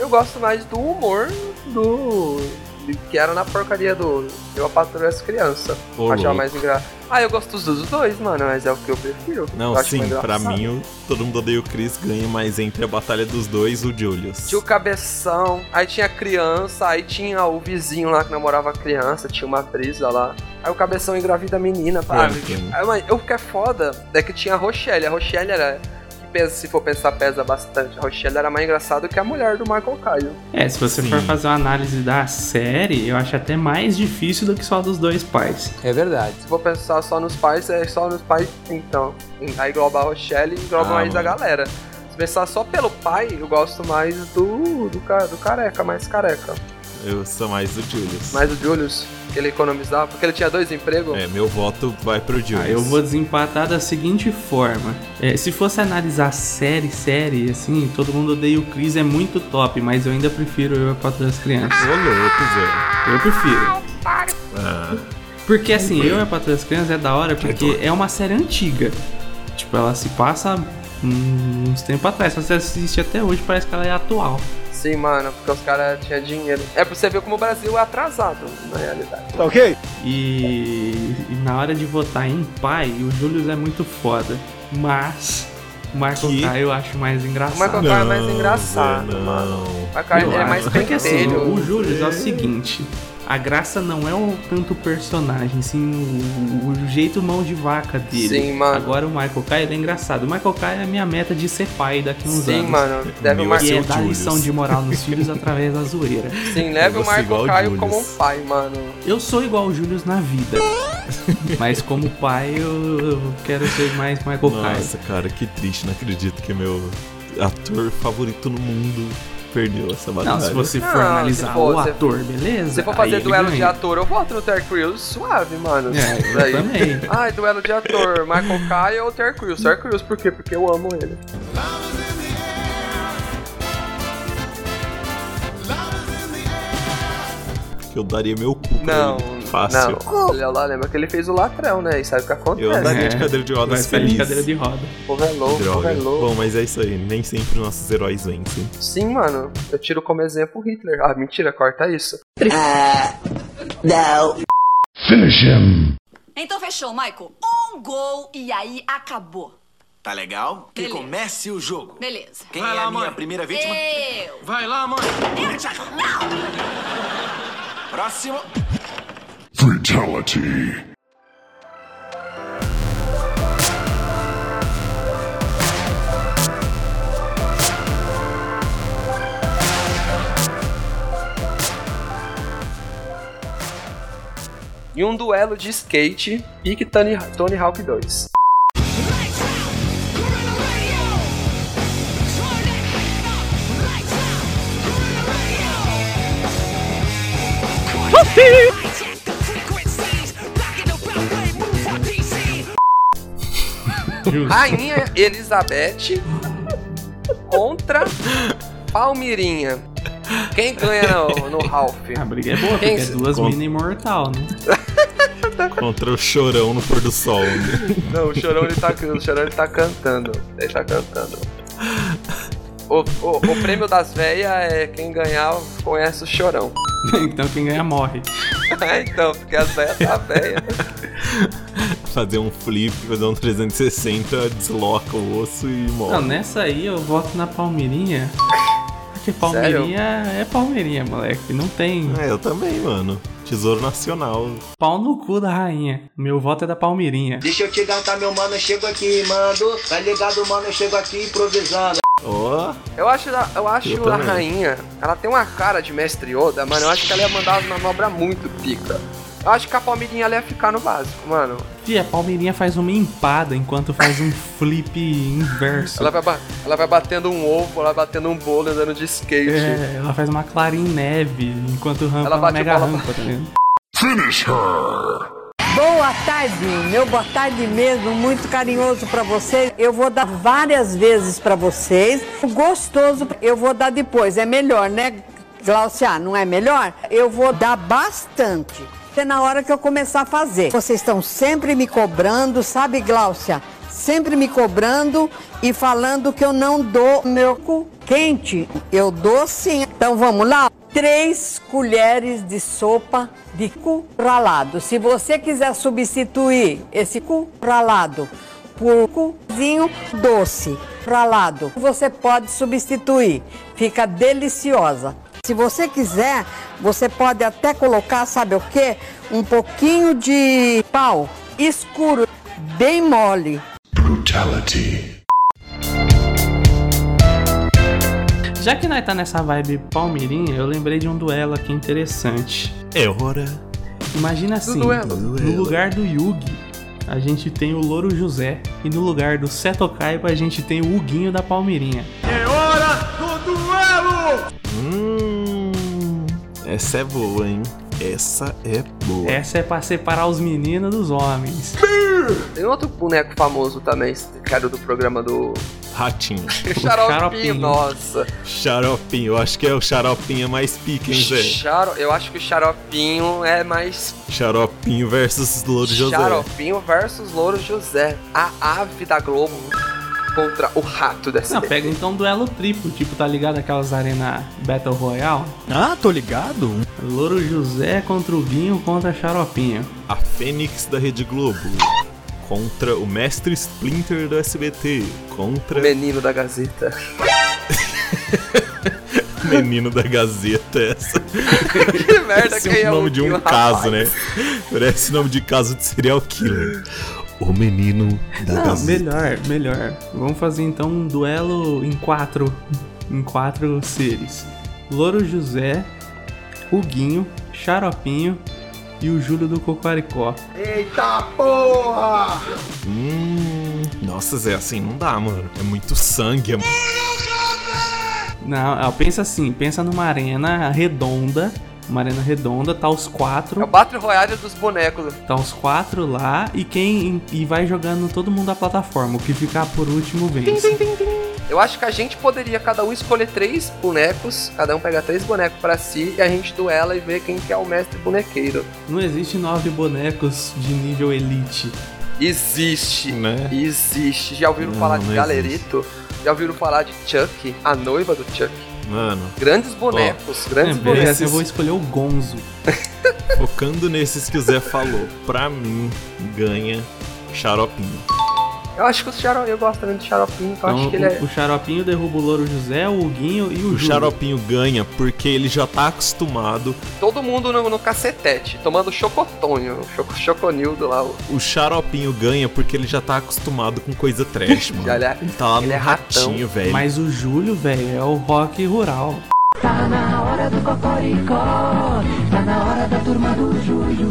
Speaker 3: eu gosto mais do humor do. de- Que era na porcaria do Eu a Patrulha as Crianças.
Speaker 2: Ô,
Speaker 3: Achava
Speaker 2: louco.
Speaker 3: mais engraçado. Ah, eu gosto dos- dos dois, mano, mas é o que eu prefiro.
Speaker 2: Não,
Speaker 3: eu acho
Speaker 2: sim,
Speaker 3: mais
Speaker 2: pra
Speaker 3: engraçado.
Speaker 2: mim, o, todo mundo odeia o Chris, ganha, mas entre a batalha dos dois, o Julius.
Speaker 3: Tinha o cabeção, aí tinha a criança, aí tinha o vizinho lá que namorava a criança, tinha uma brisa lá. Aí o cabeção engravida a menina, pá.
Speaker 2: Pronto.
Speaker 3: Aí, mano, o que é foda é que tinha a Rochelle. A Rochelle era. que pesa- se for pensar, pesa bastante. A Rochelle era mais engraçada que a mulher do Michael Caio.
Speaker 1: É, se você for fazer uma análise da série, eu acho até mais difícil do que só dos dois pais.
Speaker 3: É
Speaker 2: Ah,
Speaker 3: verdade. Se for pensar só nos pais, é só nos pais, então. Aí engloba a Rochelle e engloba
Speaker 2: Ah,
Speaker 3: mais a
Speaker 2: mano.
Speaker 3: galera. Se pensar só pelo pai, eu gosto mais do, do, ca- do careca, mais careca.
Speaker 2: Eu sou mais o Julius.
Speaker 3: Mais o Julius, que ele economizava, porque ele tinha dois empregos.
Speaker 2: É, meu voto vai pro Julius.
Speaker 1: Ah, eu vou desempatar da seguinte forma. É, se fosse analisar série, série, assim, todo mundo odeia o Chris é muito top, mas eu ainda prefiro eu a Patrulha das Crianças.
Speaker 2: Ô louco, velho.
Speaker 1: Eu prefiro.
Speaker 2: Ah.
Speaker 1: Porque assim, eu e a Patrulha das Crianças é da hora porque é uma série antiga. Tipo, ela se passa hum, uns tempos atrás. Se você assiste até hoje, parece que ela é atual.
Speaker 3: Sim, mano, porque os caras tinham dinheiro. É pra você ver como o Brasil é atrasado, na realidade.
Speaker 7: Tá ok?
Speaker 1: E, e na hora de votar em pai, o Júlio é muito foda. Mas o Marco
Speaker 2: Que?
Speaker 1: Caio eu acho mais engraçado.
Speaker 3: O Michael Caio é mais engraçado,
Speaker 2: Zé, não.
Speaker 3: mano. O Michael Caio ele é
Speaker 1: Eu
Speaker 3: mais
Speaker 1: acho. Porque assim,
Speaker 3: pentelho.
Speaker 1: o Júlio é o seguinte. A graça não é o tanto o personagem, sim o, o jeito mão de vaca dele.
Speaker 3: Sim, mano.
Speaker 1: Agora o Michael Caio ele é engraçado. O Michael Caio é a minha meta de ser pai daqui a uns
Speaker 3: Sim,
Speaker 1: anos.
Speaker 3: mano. Deve o
Speaker 2: Meu
Speaker 3: Mar...
Speaker 1: E
Speaker 2: Seu
Speaker 1: é dar
Speaker 2: Júlio.
Speaker 1: lição de moral nos filhos através da zoeira.
Speaker 3: Sim, leve
Speaker 2: Eu
Speaker 3: o
Speaker 2: vou ser igual
Speaker 3: Michael
Speaker 2: o
Speaker 3: Caio
Speaker 2: Julius.
Speaker 3: como um pai, mano.
Speaker 1: Eu sou igual o Júlio na vida. mas como pai, eu eu quero ser mais Michael Caio.
Speaker 2: Nossa, cara, que triste. Não acredito que meu ator favorito no mundo perdeu essa batalha.
Speaker 1: Não, se você for
Speaker 3: Não,
Speaker 1: analisar
Speaker 3: se for,
Speaker 1: o
Speaker 3: se-
Speaker 1: ator, beleza?
Speaker 3: Se for
Speaker 1: Aí
Speaker 3: fazer
Speaker 1: ele
Speaker 3: duelo de
Speaker 1: ganha.
Speaker 3: ator, eu voto no Terry Crews suave, mano.
Speaker 1: É, eu
Speaker 3: Daí.
Speaker 1: também.
Speaker 3: Ai, duelo de ator, Michael Caio ou Terry Crews? Terry Crews, por quê? Porque eu amo ele.
Speaker 2: Porque eu daria meu cu pra
Speaker 3: Não,
Speaker 2: ele. Fácil.
Speaker 3: não. Ele é lá, lembra que ele fez o latrão, né? E sabe o que acontece.
Speaker 2: Eu andaria de cadeira de
Speaker 1: É. Vai
Speaker 2: rodas
Speaker 1: sair de
Speaker 2: feliz.
Speaker 1: cadeira de roda.
Speaker 3: O povo é louco, o povo
Speaker 2: Droga.
Speaker 3: é louco.
Speaker 2: Bom, mas é isso aí. Nem sempre nossos heróis vencem.
Speaker 3: Sim, mano. Eu tiro como exemplo o Hitler. Ah, mentira, corta isso.
Speaker 11: Ah, não.
Speaker 5: Finish him.
Speaker 4: Então fechou, Michael. Um gol e aí acabou.
Speaker 21: Tá legal? Que
Speaker 4: Beleza.
Speaker 21: comece o jogo.
Speaker 4: Beleza.
Speaker 21: Quem é a minha primeira vítima?
Speaker 4: Eu.
Speaker 21: Vai lá, mãe. Próximo.
Speaker 5: Fatality.
Speaker 3: Em um duelo de skate, pique Tony, Tony Hawk 2. Rainha Elizabeth contra Palmirinha. Quem ganha no, no Ralph?
Speaker 1: A briga é boa, porque
Speaker 3: Quem
Speaker 1: é
Speaker 3: se-
Speaker 1: duas
Speaker 2: Con-
Speaker 1: minas imortal, né?
Speaker 2: Contra o chorão no pôr do sol. né?
Speaker 3: Não, o Chorão ele tá, o Chorão, ele tá cantando. Ele tá cantando. O, o- o prêmio das velhas é quem ganhar conhece o Chorão.
Speaker 1: então quem ganha morre.
Speaker 3: É, então, porque as velhas tá velha.
Speaker 2: Fazer um flip, fazer um 360, desloca o osso e morre.
Speaker 1: Não, nessa aí eu voto na Palmeirinha. Porque Palmeirinha é Palmeirinha, moleque. Não tem.
Speaker 2: É, eu também, mano. Tesouro Nacional.
Speaker 1: Pau no cu da rainha. Meu voto é da Palmeirinha.
Speaker 22: Deixa eu te cantar, meu mano, eu chego aqui, mando. Tá ligado, mano, eu chego aqui improvisando.
Speaker 2: Ó.
Speaker 3: Eu acho, ela- eu acho
Speaker 22: Eu
Speaker 3: a
Speaker 22: também.
Speaker 3: rainha, ela tem uma cara de mestre Yoda, mano. Eu acho que ela ia mandar as manobras muito pica. Eu acho que a Palmirinha ela ia ficar no básico, mano.
Speaker 1: E a Palmeirinha faz uma empada enquanto faz um flip inverso.
Speaker 3: Ela vai, ba- ela vai batendo um ovo, ela vai batendo um bolo andando de skate.
Speaker 1: É, ela faz uma clara em neve enquanto rampa
Speaker 3: Ela
Speaker 1: ela uma
Speaker 3: bate
Speaker 1: mega
Speaker 3: bola pra-
Speaker 1: rampa, tá ligado?
Speaker 5: Finish her.
Speaker 23: Boa tarde, meu boa tarde mesmo, muito carinhoso pra vocês. Eu vou dar várias vezes pra vocês. O Gostoso, eu vou dar depois, é melhor, né, Glaucia? Não é melhor? Eu vou dar bastante. É na hora que eu começar a fazer. Vocês estão sempre me cobrando, sabe, Glaucia? Sempre me cobrando e falando que eu não dou meu cu quente. Eu dou sim. Então vamos lá. Três colheres de sopa de cu ralado. Se você quiser substituir esse cu ralado por cuzinho doce ralado, você pode substituir. Fica deliciosa. Se você quiser, você pode até colocar, sabe o quê? Um pouquinho de pau escuro, bem mole.
Speaker 5: Brutality.
Speaker 1: Já que nós tá nessa vibe palmeirinha, eu lembrei de um duelo aqui interessante.
Speaker 2: É hora.
Speaker 1: Imagina assim,
Speaker 2: duelo.
Speaker 1: no
Speaker 2: Duelo.
Speaker 1: lugar do Yugi, a gente tem o Louro José. E no lugar do Seto Kaiba, a gente tem o Huguinho da Palmeirinha.
Speaker 5: É hora do duelo.
Speaker 2: Hum. Essa é boa, hein? Essa é boa.
Speaker 1: Essa é pra separar os meninos dos homens.
Speaker 22: É.
Speaker 3: Tem outro boneco famoso também, que era do programa do.
Speaker 2: Ratinho.
Speaker 3: Xaropinho, nossa.
Speaker 2: Xaropinho, eu acho que é o xaropinho mais pique, hein, Zé?
Speaker 3: Xaro... Eu acho que o Xaropinho é mais.
Speaker 2: Xaropinho versus Louro José.
Speaker 3: Xaropinho versus Louro José. A ave da Globo contra o rato dessa.
Speaker 1: Não, pega então um duelo triplo, tipo, tá ligado aquelas arenas Battle Royale?
Speaker 2: Ah, tô ligado.
Speaker 1: Louro José contra o Guinho contra Xaropinho.
Speaker 2: A Fênix da Rede Globo. Contra o Mestre Splinter do SBT. Contra.
Speaker 3: Menino da Gazeta.
Speaker 2: Menino da Gazeta, essa.
Speaker 3: que merda,
Speaker 2: Parece
Speaker 3: quem é
Speaker 2: o
Speaker 3: o
Speaker 2: nome de um
Speaker 3: Gil,
Speaker 2: caso,
Speaker 3: rapaz?
Speaker 2: né? Parece nome de caso de serial killer. O menino da
Speaker 1: Não,
Speaker 2: Gazeta.
Speaker 1: melhor, melhor. Vamos fazer então um duelo em quatro. Em quatro seres. Louro José, Huguinho, Xaropinho e o Júlio do Cocoricó.
Speaker 5: Eita porra!
Speaker 2: Hum, nossa, Zé, assim não dá, mano. É muito sangue. É...
Speaker 1: Não, ó, pensa assim, pensa numa arena redonda. Uma arena redonda, tá os quatro.
Speaker 3: Battle Royale dos bonecos.
Speaker 1: Tá os quatro lá e quem e vai jogando todo mundo da plataforma. O que ficar por último vence.
Speaker 3: Eu acho que a gente poderia cada um escolher três bonecos, cada um pegar três bonecos pra si e a gente duela e vê quem que é o mestre bonequeiro.
Speaker 1: Não existe nove bonecos de nível elite.
Speaker 3: Existe,
Speaker 2: né?
Speaker 3: Existe. Já ouviram
Speaker 1: Não,
Speaker 3: falar de
Speaker 1: não
Speaker 3: Galerito? Já ouviram falar de Chuck, a noiva do Chuck?
Speaker 2: Mano.
Speaker 3: Grandes bonecos, grandes
Speaker 2: é,
Speaker 3: bonecos.
Speaker 2: esses-
Speaker 1: Né, Eu vou escolher o Gonzo.
Speaker 2: Focando nesses que o Zé falou, pra mim, ganha xaropinho.
Speaker 3: Eu acho que o Xaropinho, eu gosto também do Xaropinho, então, acho
Speaker 2: Então,
Speaker 3: que ele é.
Speaker 2: o-
Speaker 1: O Xaropinho derruba o Louro José, o Huguinho e o
Speaker 2: O
Speaker 1: Júlio.
Speaker 2: xaropinho ganha porque ele já tá acostumado.
Speaker 3: Todo mundo no, no cacetete, tomando chocotonho, choco, choconildo lá. o-
Speaker 2: O xaropinho ganha porque ele já tá acostumado com coisa trash, mano.
Speaker 3: Ele é-
Speaker 2: ele tá lá
Speaker 3: ele
Speaker 2: no
Speaker 3: é ratão.
Speaker 2: ratinho, velho.
Speaker 1: Mas o Júlio, velho, é o rock rural.
Speaker 5: Tá na hora do cocoricó, tá na hora da turma do Júlio.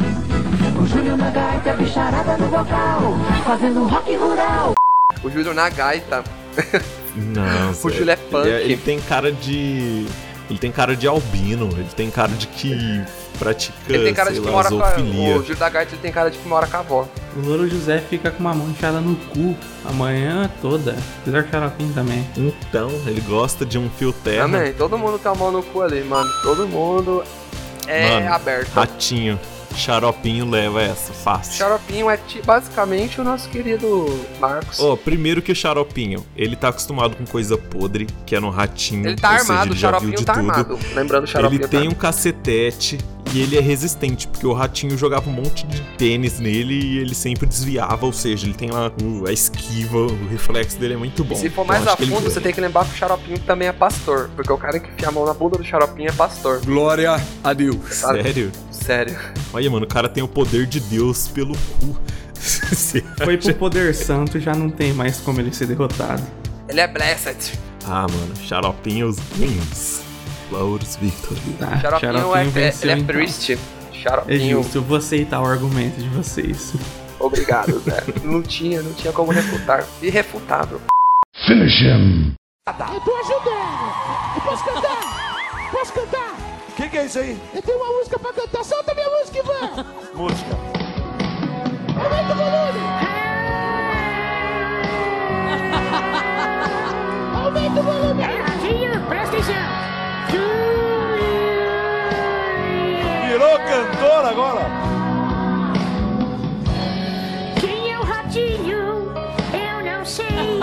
Speaker 5: O Júlio na gaita, bicharada no vocal, fazendo rock rural.
Speaker 3: O Júlio na gaita.
Speaker 2: Não, Zé.
Speaker 3: Júlio é punk.
Speaker 2: Ele, ele tem cara de. Ele tem cara de albino, ele tem cara de que pratica,
Speaker 3: Ele tem cara
Speaker 2: É, sei
Speaker 3: de que
Speaker 2: lá,
Speaker 3: mora com a.
Speaker 2: zoofilia.
Speaker 3: O Júlio da gaita ele tem cara de que mora com a avó.
Speaker 1: O Louro José fica com uma manchada no cu a manhã toda. Apesar que o Xaropinho também.
Speaker 2: Então, ele gosta de um fio terra.
Speaker 3: Também, todo mundo tem a mão no cu ali, mano. Todo mundo é
Speaker 2: Mano,
Speaker 3: aberto.
Speaker 2: Ratinho. Xaropinho leva essa, fácil.
Speaker 3: Xaropinho é ti- basicamente o nosso querido Marcos.
Speaker 2: Ó, primeiro que o Xaropinho, ele tá acostumado com coisa podre, que é no ratinho.
Speaker 3: Ele tá
Speaker 2: ou seja,
Speaker 3: armado,
Speaker 2: ele
Speaker 3: o
Speaker 2: já
Speaker 3: Xaropinho
Speaker 2: viu de
Speaker 3: tá
Speaker 2: tudo.
Speaker 3: armado. Lembrando, o Xaropinho
Speaker 2: Ele
Speaker 3: tá
Speaker 2: tem um
Speaker 3: armado.
Speaker 2: cacetete e ele é resistente, porque o ratinho jogava um monte de tênis nele e ele sempre desviava, ou seja, ele tem lá o- a esquiva, o reflexo dele é muito bom.
Speaker 3: E se for
Speaker 2: Então,
Speaker 3: mais
Speaker 2: acho
Speaker 3: a
Speaker 2: que ele
Speaker 3: fundo,
Speaker 2: ganha.
Speaker 3: você tem que lembrar que o Xaropinho também é pastor. Porque o cara que enfia a mão na bunda do Xaropinho é pastor.
Speaker 9: Glória a Deus.
Speaker 2: Sério?
Speaker 3: Sério.
Speaker 2: Olha, mano, o cara tem o poder de Deus pelo cu. Você
Speaker 1: Foi pro
Speaker 2: acha-
Speaker 1: Poder Santo e já não tem mais como ele ser derrotado.
Speaker 3: Ele é blessed.
Speaker 2: Ah, mano, xaropinhos wins. Lauros Victor.
Speaker 1: Tá,
Speaker 3: Xaropinho, é,
Speaker 1: Xaropinho
Speaker 3: é-
Speaker 1: venceu,
Speaker 3: ele é
Speaker 1: então.
Speaker 3: priest.
Speaker 1: É
Speaker 3: Xaropinho.
Speaker 1: justo, eu vou aceitar o argumento de vocês.
Speaker 3: Obrigado, Zé. não tinha, não tinha como refutar. Irrefutável.
Speaker 5: Finish him.
Speaker 22: Eu tô ajudando! Eu posso cantar! Posso cantar!
Speaker 10: O que, que é isso aí?
Speaker 22: Eu tenho uma música pra cantar, solta minha música, Ivan!
Speaker 10: Música.
Speaker 22: Aumenta o volume! Aumenta o volume! Ratinho, presta
Speaker 10: Virou cantor agora.
Speaker 5: Quem é o ratinho? Eu não sei.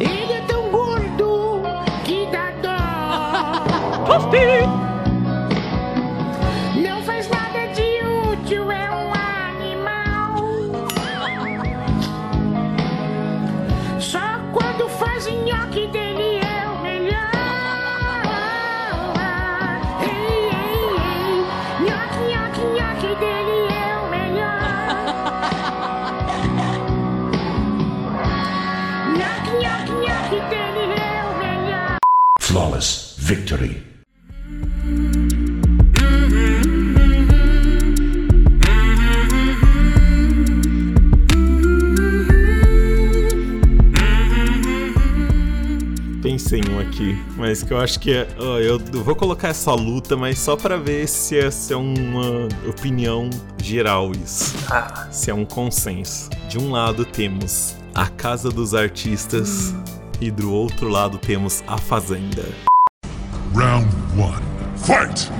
Speaker 5: Ele é tão gordo que dá dó. Não faz nada de útil, é um animal. Só quando faz nhoque dele é o melhor. Ei, ei, ei, nhoque, nhoque, nhoque dele é o melhor. Nhoque, nhoque, nhoque dele é o melhor.
Speaker 17: Flawless victory.
Speaker 2: Pensei em um aqui, mas que eu acho que é. ó, eu eu vou colocar essa luta, mas só pra ver se essa é uma opinião geral isso.
Speaker 3: Ah.
Speaker 2: Se é um consenso. De um lado temos a Casa dos Artistas
Speaker 3: Hum.
Speaker 2: e do outro lado temos a Fazenda.
Speaker 5: Round 1. Fight!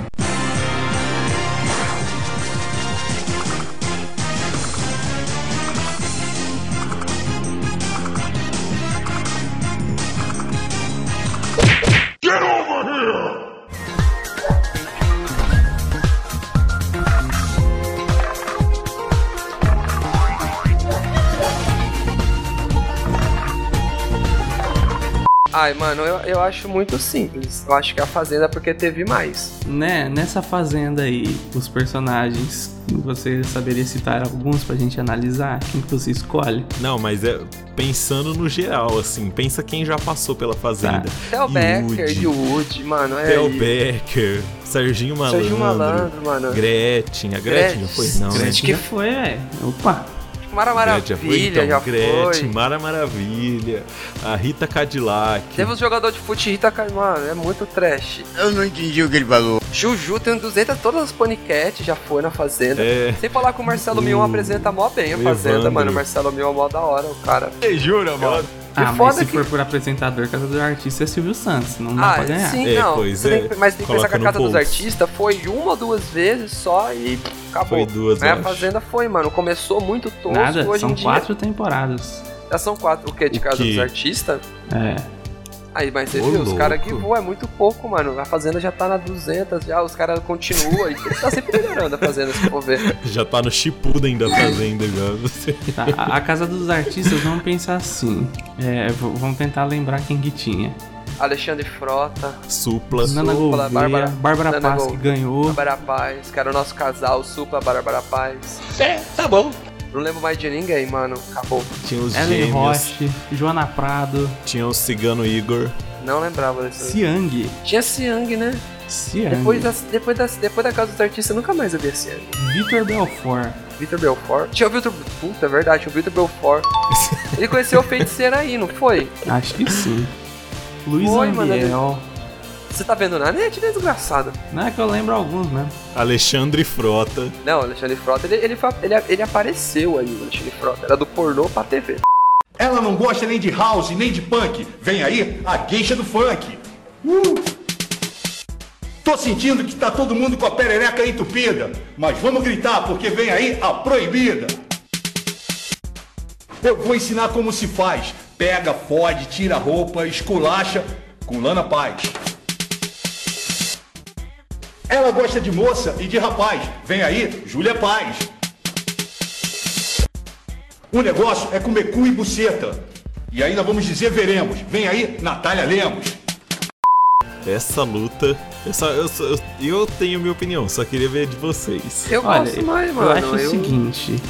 Speaker 3: Ai, mano, eu, eu acho muito simples. Eu acho que a Fazenda é porque teve mais.
Speaker 1: Né, nessa fazenda aí, os personagens, você saberia citar alguns pra gente analisar? Quem que você escolhe?
Speaker 2: Não, mas é pensando no geral, assim, pensa quem já passou pela Fazenda.
Speaker 3: Tá. Theo Becker,
Speaker 2: Yudi,
Speaker 3: Yud, mano, é.
Speaker 2: Theo
Speaker 3: aí.
Speaker 2: Becker, Serginho Malandro,
Speaker 3: Serginho Malandro, mano.
Speaker 2: Gretchen, a Gretchen não foi não, né?
Speaker 1: Gretchen foi, é. Opa.
Speaker 3: Mara Maravilha,
Speaker 2: Gretchen já foi, então,
Speaker 3: já
Speaker 2: Gretchen,
Speaker 3: foi.
Speaker 2: Mara Maravilha, a Rita Cadillac.
Speaker 3: Teve os jogadores de fute Rita Kai- mano, é muito trash.
Speaker 2: Eu não entendi o que ele falou.
Speaker 3: Juju tem 200, todas as paniquete já foi na Fazenda.
Speaker 2: É.
Speaker 3: Sem falar que o Marcelo Mion apresenta mó bem a
Speaker 1: o
Speaker 3: Fazenda,
Speaker 1: Evandro.
Speaker 3: mano. O Marcelo Mion é mó da hora, o cara.
Speaker 2: Você jura, mano?
Speaker 1: Ah, mas
Speaker 3: foda
Speaker 1: se
Speaker 3: que-
Speaker 1: for por apresentador, Casa do Artista é Silvio Santos, não dá
Speaker 3: Ah,
Speaker 1: pra ganhar.
Speaker 3: sim, não. Você tem que- mas tem que pensar que a Casa dos Artistas foi uma ou duas vezes só e
Speaker 1: Foi
Speaker 3: acabou.
Speaker 1: duas,
Speaker 3: Aí
Speaker 1: eu
Speaker 3: a
Speaker 1: acho.
Speaker 3: Fazenda foi, mano. Começou muito tosco,
Speaker 1: Nada,
Speaker 3: hoje
Speaker 1: são
Speaker 3: em dia...
Speaker 1: quatro temporadas.
Speaker 3: Já são quatro o quê? De casa
Speaker 2: quê?
Speaker 3: dos artistas?
Speaker 1: É.
Speaker 3: Aí, mas você
Speaker 2: Ô,
Speaker 3: viu, os
Speaker 2: louco.
Speaker 3: caras que voam é muito pouco, mano. A fazenda já tá na 200, já os caras continuam. e tá sempre melhorando a fazenda, se for ver.
Speaker 2: Já tá no Shippuden da fazenda já. Você...
Speaker 1: Tá, a, a Casa dos Artistas, vamos pensar assim. É, v- vamos tentar lembrar quem que tinha.
Speaker 3: Alexandre Frota.
Speaker 2: Supla.
Speaker 1: Nana
Speaker 3: Supla,
Speaker 1: Gouveia, Bárbara,
Speaker 3: Nana
Speaker 1: Paz que
Speaker 3: Gouveia,
Speaker 1: ganhou.
Speaker 3: Bárbara Paz, que era o nosso casal, Supla, Bárbara Paz.
Speaker 1: É,
Speaker 3: tá bom. Não lembro mais de ninguém, mano. Acabou.
Speaker 2: Tinha os
Speaker 1: Ellen
Speaker 2: gêmeos.
Speaker 1: Roche, Joana Prado,
Speaker 2: Tinha o Cigano Igor.
Speaker 3: Não lembrava desse.
Speaker 1: Siang.
Speaker 3: Tinha Siang, né?
Speaker 1: Siang.
Speaker 3: É. Depois, das, depois, das, depois da casa dos artistas, nunca mais eu vi a Siang.
Speaker 1: Vitor Belfort.
Speaker 3: Vitor Belfort. Tinha o Vitor. Puta, é verdade, o Vitor Belfort. Ele conheceu o feiticeiro aí, não foi?
Speaker 1: Acho que sim. Luiz
Speaker 3: Foi, mano,
Speaker 1: Ambiel.
Speaker 3: Você tá vendo na net, né, desgraçado?
Speaker 1: Não é que eu lembro alguns, né?
Speaker 2: Alexandre Frota.
Speaker 3: Não, o Alexandre Frota, ele, ele, fa- ele, ele apareceu aí, o Alexandre Frota. Era do pornô pra TV.
Speaker 8: Ela não gosta nem de house, nem de punk. Vem aí a gueixa do funk. Uh! Tô sentindo que tá todo mundo com a perereca entupida. Mas vamos gritar, porque vem aí a proibida. Eu vou ensinar como se faz. Pega, fode, tira a roupa, esculacha com Lana Paz. Ela gosta de moça e de rapaz. Vem aí, Júlia Paz. O negócio é comer cu e buceta. E ainda vamos dizer veremos. Vem aí, Natália Lemos.
Speaker 2: Essa luta. Eu, só- eu só- eu- eu tenho minha opinião, só queria ver de vocês.
Speaker 1: Olha, Eu acho o seguinte.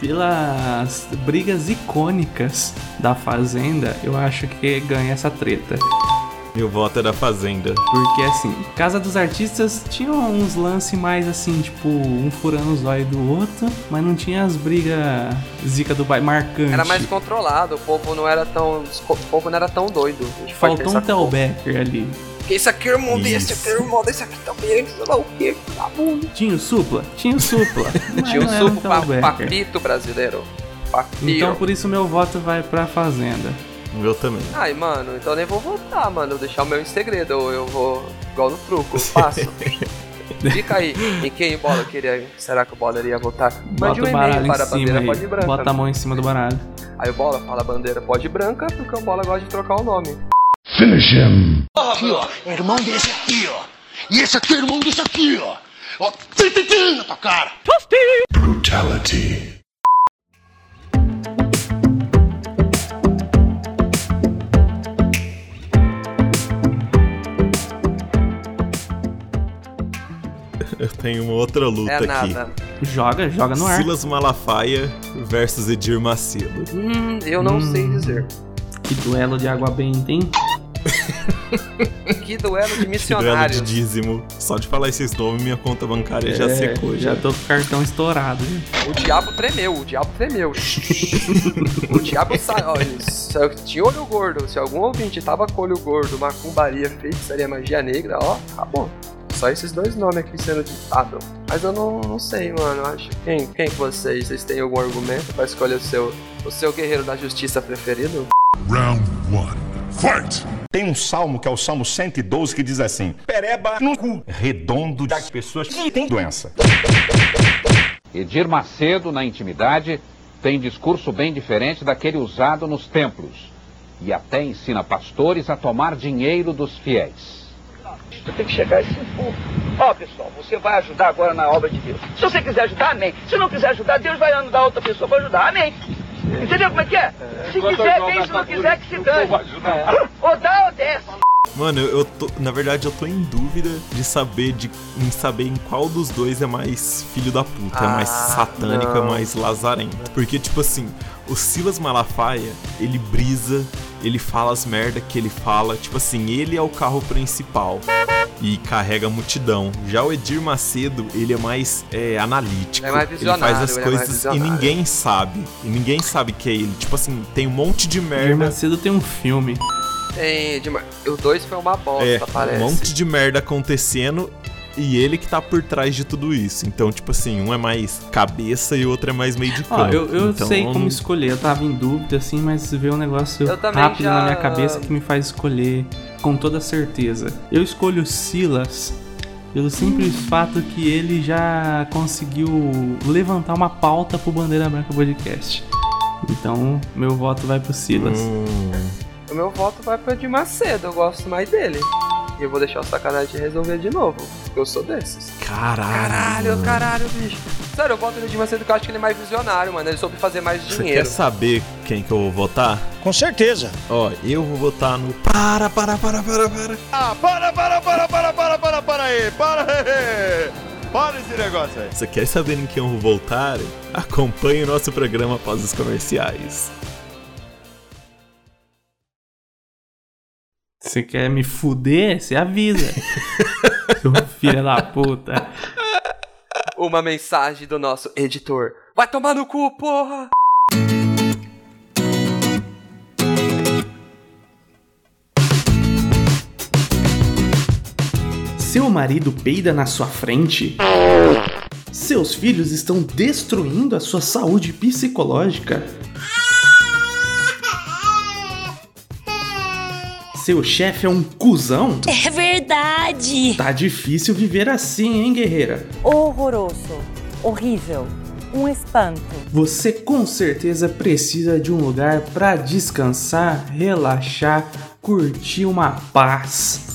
Speaker 1: Pelas brigas icônicas da Fazenda, eu acho que ganha essa treta.
Speaker 2: Meu voto é da Fazenda.
Speaker 1: Porque assim, Casa dos Artistas tinha uns lances mais assim, tipo, um furando os olhos do outro, mas não tinha as brigas zica do bairro marcante.
Speaker 3: Era mais controlado, o povo não era tão. O povo não era tão doido. A gente pode
Speaker 1: Faltou um
Speaker 3: pensar-
Speaker 1: Tel Becker ali.
Speaker 3: Porque isso aqui é irmão
Speaker 1: Isso.
Speaker 3: desse, aqui é irmão desse, aqui também, sei lá o quê, vagabundo.
Speaker 1: Tinha o supla? Tinha o supla. Mas
Speaker 3: Tinha
Speaker 1: É, não era
Speaker 3: um suco
Speaker 1: Tel
Speaker 3: pa-
Speaker 1: Becker.
Speaker 3: papito brasileiro. Papiro.
Speaker 1: Então por isso meu voto vai pra Fazenda.
Speaker 2: Eu também.
Speaker 3: Ai, mano, então eu nem vou voltar, mano. Vou deixar o meu em segredo. Eu, eu vou. Igual no truco, eu faço. Fica aí. E quem bola queria. Será que o bola iria votar? Mande
Speaker 1: Bota
Speaker 3: um
Speaker 1: o
Speaker 3: e-mail
Speaker 1: baralho em
Speaker 3: para a bandeira
Speaker 1: cima
Speaker 3: pode
Speaker 1: aí.
Speaker 3: branca. né?
Speaker 1: Bota a mão em cima do baralho.
Speaker 3: Aí o bola fala bandeira pode branca, porque o bola gosta de trocar o nome.
Speaker 17: Finish him.
Speaker 22: Aqui, ó. É irmão desse aqui, ó. E esse aqui é irmão desse aqui, ó. Ó, tim, tim, tim na tua cara.
Speaker 17: Brutality.
Speaker 2: Eu tenho uma outra luta
Speaker 3: É
Speaker 2: aqui.
Speaker 3: nada.
Speaker 1: Joga, joga Tá no ar.
Speaker 2: Silas Malafaia versus Edir Macedo.
Speaker 3: Hum, eu não sei dizer.
Speaker 1: Que duelo de água benta, hein?
Speaker 3: Que duelo de
Speaker 2: Que duelo de
Speaker 3: missionários.
Speaker 2: dízimo. Só de falar esses nomes, minha conta bancária já
Speaker 1: É,
Speaker 2: secou.
Speaker 1: Já tô com o cartão estourado. já.
Speaker 3: O diabo tremeu, o diabo tremeu. o diabo saiu. Ó, tinha olho gordo. Se algum ouvinte tava com olho gordo, macumbaria, feitiçaria, magia negra, ó, acabou. Só esses dois nomes aqui sendo ditado. Mas eu não, não sei, mano. eu Acho quem, quem que vocês? Vocês têm algum argumento pra escolher o seu, o seu guerreiro da justiça preferido?
Speaker 17: Round one. Fight. Tem um salmo que é o Salmo 112 que diz assim: Pereba no cu redondo das pessoas que têm doença.
Speaker 12: Edir Macedo, na intimidade, tem discurso bem diferente daquele usado nos templos. E até ensina pastores a tomar dinheiro dos fiéis.
Speaker 11: Tem que chegar esse povo. Ó, pessoal, você vai ajudar agora na obra de Deus. Se você quiser ajudar, amém. Se não quiser ajudar, Deus vai ajudar outra pessoa para ajudar, amém. Entendeu como é que é? Se
Speaker 12: Enquanto
Speaker 11: quiser,
Speaker 12: eu jogo
Speaker 11: bem.
Speaker 12: a
Speaker 11: Se não
Speaker 12: tabule,
Speaker 11: quiser, que se
Speaker 12: eu
Speaker 11: dane.
Speaker 12: vou ajudar.
Speaker 11: É. Ou dá ou desce.
Speaker 2: Mano, eu, eu tô. Na verdade, eu tô em dúvida de saber de em saber em qual dos dois é mais filho da puta, é mais
Speaker 8: Ah,
Speaker 2: satânico, é
Speaker 8: não.
Speaker 2: mais lazarento. Porque, tipo assim, o Silas Malafaia, ele brisa, ele fala as merda que ele fala. Tipo assim, ele é o carro principal. E carrega a multidão. Já o Edir Macedo, ele é mais é, analítico.
Speaker 3: É mais
Speaker 2: ele faz
Speaker 3: visionário,
Speaker 2: as
Speaker 3: ele é mais
Speaker 2: coisas e
Speaker 3: visionário.
Speaker 2: ninguém sabe. E ninguém sabe que é ele. Tipo assim, tem um monte de merda.
Speaker 1: Edir Macedo tem um filme.
Speaker 3: Tem, Edmar. O dois foi uma bosta,
Speaker 2: É,
Speaker 3: parece.
Speaker 2: um monte de merda acontecendo e ele que tá por trás de tudo isso. Então, tipo assim, um é mais cabeça e o outro é mais meio de campo.
Speaker 1: Ó, eu, eu
Speaker 2: Então,
Speaker 1: sei como
Speaker 2: não-
Speaker 1: escolher, eu tava em dúvida assim, mas veio um negócio
Speaker 3: Eu também
Speaker 1: rápido
Speaker 3: já-
Speaker 1: na minha cabeça que me faz escolher com toda certeza. Eu escolho o Silas pelo simples
Speaker 3: Hum.
Speaker 1: fato que ele já conseguiu levantar uma pauta pro Bandeira Branca Podcast. Então, meu voto vai pro Silas.
Speaker 3: O meu voto vai pro Edir Macedo, eu gosto mais dele. E eu vou deixar o sacanagem resolver de novo. Porque eu sou desses.
Speaker 2: Caralho.
Speaker 3: Caralho, caralho, bicho. Sério, eu voto no Edir Macedo porque eu acho que ele é mais visionário, mano. Ele soube fazer mais
Speaker 2: Você quer
Speaker 3: dinheiro.
Speaker 2: saber quem que eu vou votar? Com certeza. Ó, eu vou votar no. Para, para, para, para, para.
Speaker 10: Ah, para, para, para, para, para, para, para aí, para aí. Para esse negócio aí.
Speaker 2: Você quer saber em quem eu vou votar? Acompanhe o nosso programa após os comerciais.
Speaker 1: Você quer me fuder? Você avisa. Seu filho da puta.
Speaker 3: Uma mensagem do nosso editor. Vai tomar no cu, porra!
Speaker 1: Seu marido peida na sua frente? Seus filhos estão destruindo a sua saúde psicológica? Seu chefe é um cuzão?
Speaker 16: É verdade!
Speaker 1: Tá difícil viver assim, hein, guerreira?
Speaker 6: Horroroso, horrível, um espanto.
Speaker 1: Você com certeza precisa de um lugar pra descansar, relaxar, curtir uma paz.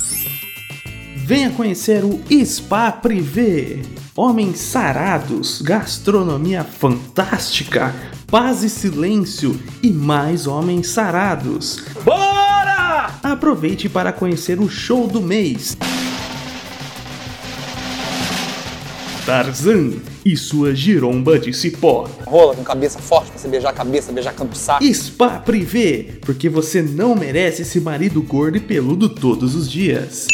Speaker 1: Venha conhecer o Spa Privé. Homens sarados, gastronomia fantástica, paz e silêncio e mais homens sarados. Bora! Aproveite para conhecer o show do mês. Tarzan e sua giromba de cipó.
Speaker 13: Rola com cabeça forte pra você beijar a cabeça, beijar campo de saco.
Speaker 1: Spa Privé, porque você não merece esse marido gordo e peludo todos os dias.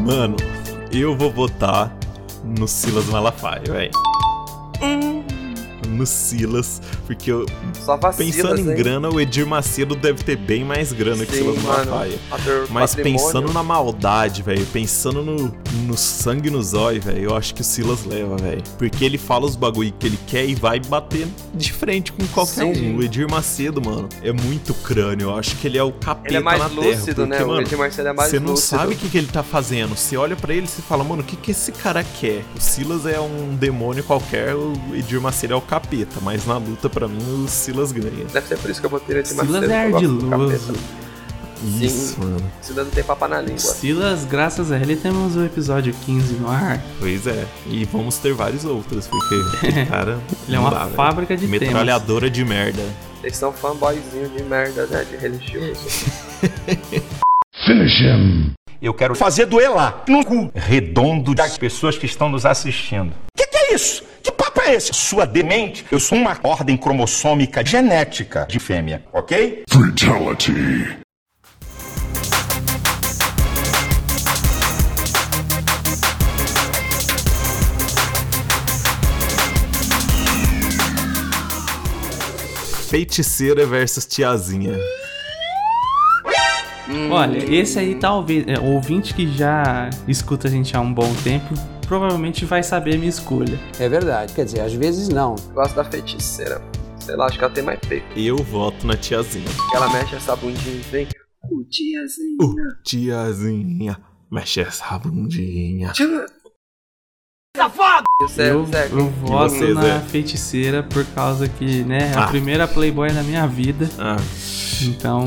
Speaker 2: Mano, eu vou votar no Silas Malafaia, velho. No Silas, porque eu.
Speaker 3: Só vacila,
Speaker 2: Pensando em
Speaker 3: hein?
Speaker 2: grana, o Edir Macedo deve ter bem mais grana que o
Speaker 3: Sim,
Speaker 2: Silas
Speaker 3: mano.
Speaker 2: Malafaia.
Speaker 3: Ator
Speaker 2: Mas
Speaker 3: patrimônio.
Speaker 2: pensando na maldade, velho, pensando no, no sangue no zóio, velho, eu acho que o Silas leva, velho. Porque ele fala os bagulho que ele quer e vai bater de frente com qualquer
Speaker 3: Sim.
Speaker 2: um. O Edir Macedo, mano, é muito crânio. Eu acho que ele é o capeta
Speaker 3: Ele é mais
Speaker 2: na terra.
Speaker 3: lúcido, né?
Speaker 2: Porque,
Speaker 3: O
Speaker 2: mano,
Speaker 3: Edir Macedo é mais
Speaker 2: Você não
Speaker 3: lúcido.
Speaker 2: sabe o que, que ele tá fazendo. Você olha pra ele e você fala, mano, o que, que esse cara quer? O Silas é um demônio qualquer, o Edir Macedo é o capeta. Mas na luta, pra mim, o Silas ganha.
Speaker 3: Deve ser por isso que eu botei ele de
Speaker 1: Silas é ardiloso.
Speaker 2: Isso, mano.
Speaker 3: Silas não tem papo na língua.
Speaker 1: Silas, graças a ele, temos o episódio 15 no ar.
Speaker 2: Pois é, e vamos ter várias outras, porque aquele cara.
Speaker 1: Ele é
Speaker 2: não
Speaker 1: uma
Speaker 2: velho.
Speaker 1: fábrica de temas.
Speaker 2: Metralhadora de merda.
Speaker 3: Eles são fanboyzinho de merda, né? De religioso.
Speaker 17: Finish him. Eu quero fazer duelar no cu redondo das pessoas que estão nos assistindo. Que que é isso? Que papo é esse? Sua demente, eu sou uma ordem cromossômica genética de fêmea, ok? Fatality.
Speaker 2: Feiticeira versus tiazinha.
Speaker 1: Olha, esse aí talvez. É, ouvinte que já escuta a gente há um bom tempo, provavelmente vai saber a minha escolha.
Speaker 14: É verdade, quer dizer, às vezes não.
Speaker 3: Gosto da feiticeira. Sei lá, acho que ela tem mais peito.
Speaker 2: Eu voto na tiazinha.
Speaker 3: Ela mexe essa bundinha, vem. O diazinho.
Speaker 2: Tiazinha, mexe essa bundinha.
Speaker 3: Safado!
Speaker 1: eu, eu
Speaker 2: E é?
Speaker 1: voto
Speaker 2: você,
Speaker 1: na
Speaker 2: Zé?
Speaker 1: feiticeira por causa que, né, é a
Speaker 2: Ah.
Speaker 1: primeira Playboy da minha vida. Então,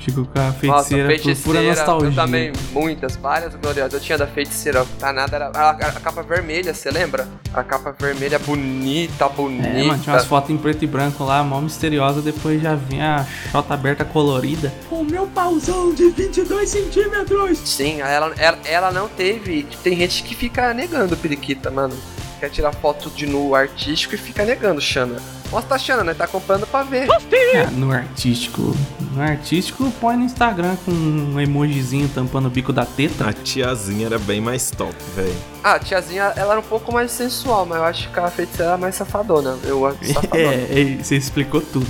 Speaker 1: fico com a feiticeira, por pura nostalgia.
Speaker 3: Eu também, muitas, várias gloriosas. Eu tinha da feiticeira, tá nada, era a, a- a capa vermelha, você lembra? A capa vermelha bonita, bonita.
Speaker 1: É, mano, tinha umas fotos em preto e branco lá, mó misteriosa, depois já vinha a xota aberta colorida.
Speaker 3: O meu pauzão de 22 centímetros. Sim, ela, ela, ela não teve. Tem gente que fica negando periquita, mano. Quer tirar foto de nu artístico e fica negando, Xana. Mostra a Xana, né? Tá comprando pra ver.
Speaker 1: É, no artístico. No artístico põe no Instagram com um emojizinho tampando o bico da teta.
Speaker 2: A tiazinha era bem mais top, velho.
Speaker 3: Ah, a tiazinha, ela era um pouco mais sensual, mas eu acho que a feiticeira era mais safadona. Eu acho safadona.
Speaker 1: É, é, você explicou tudo.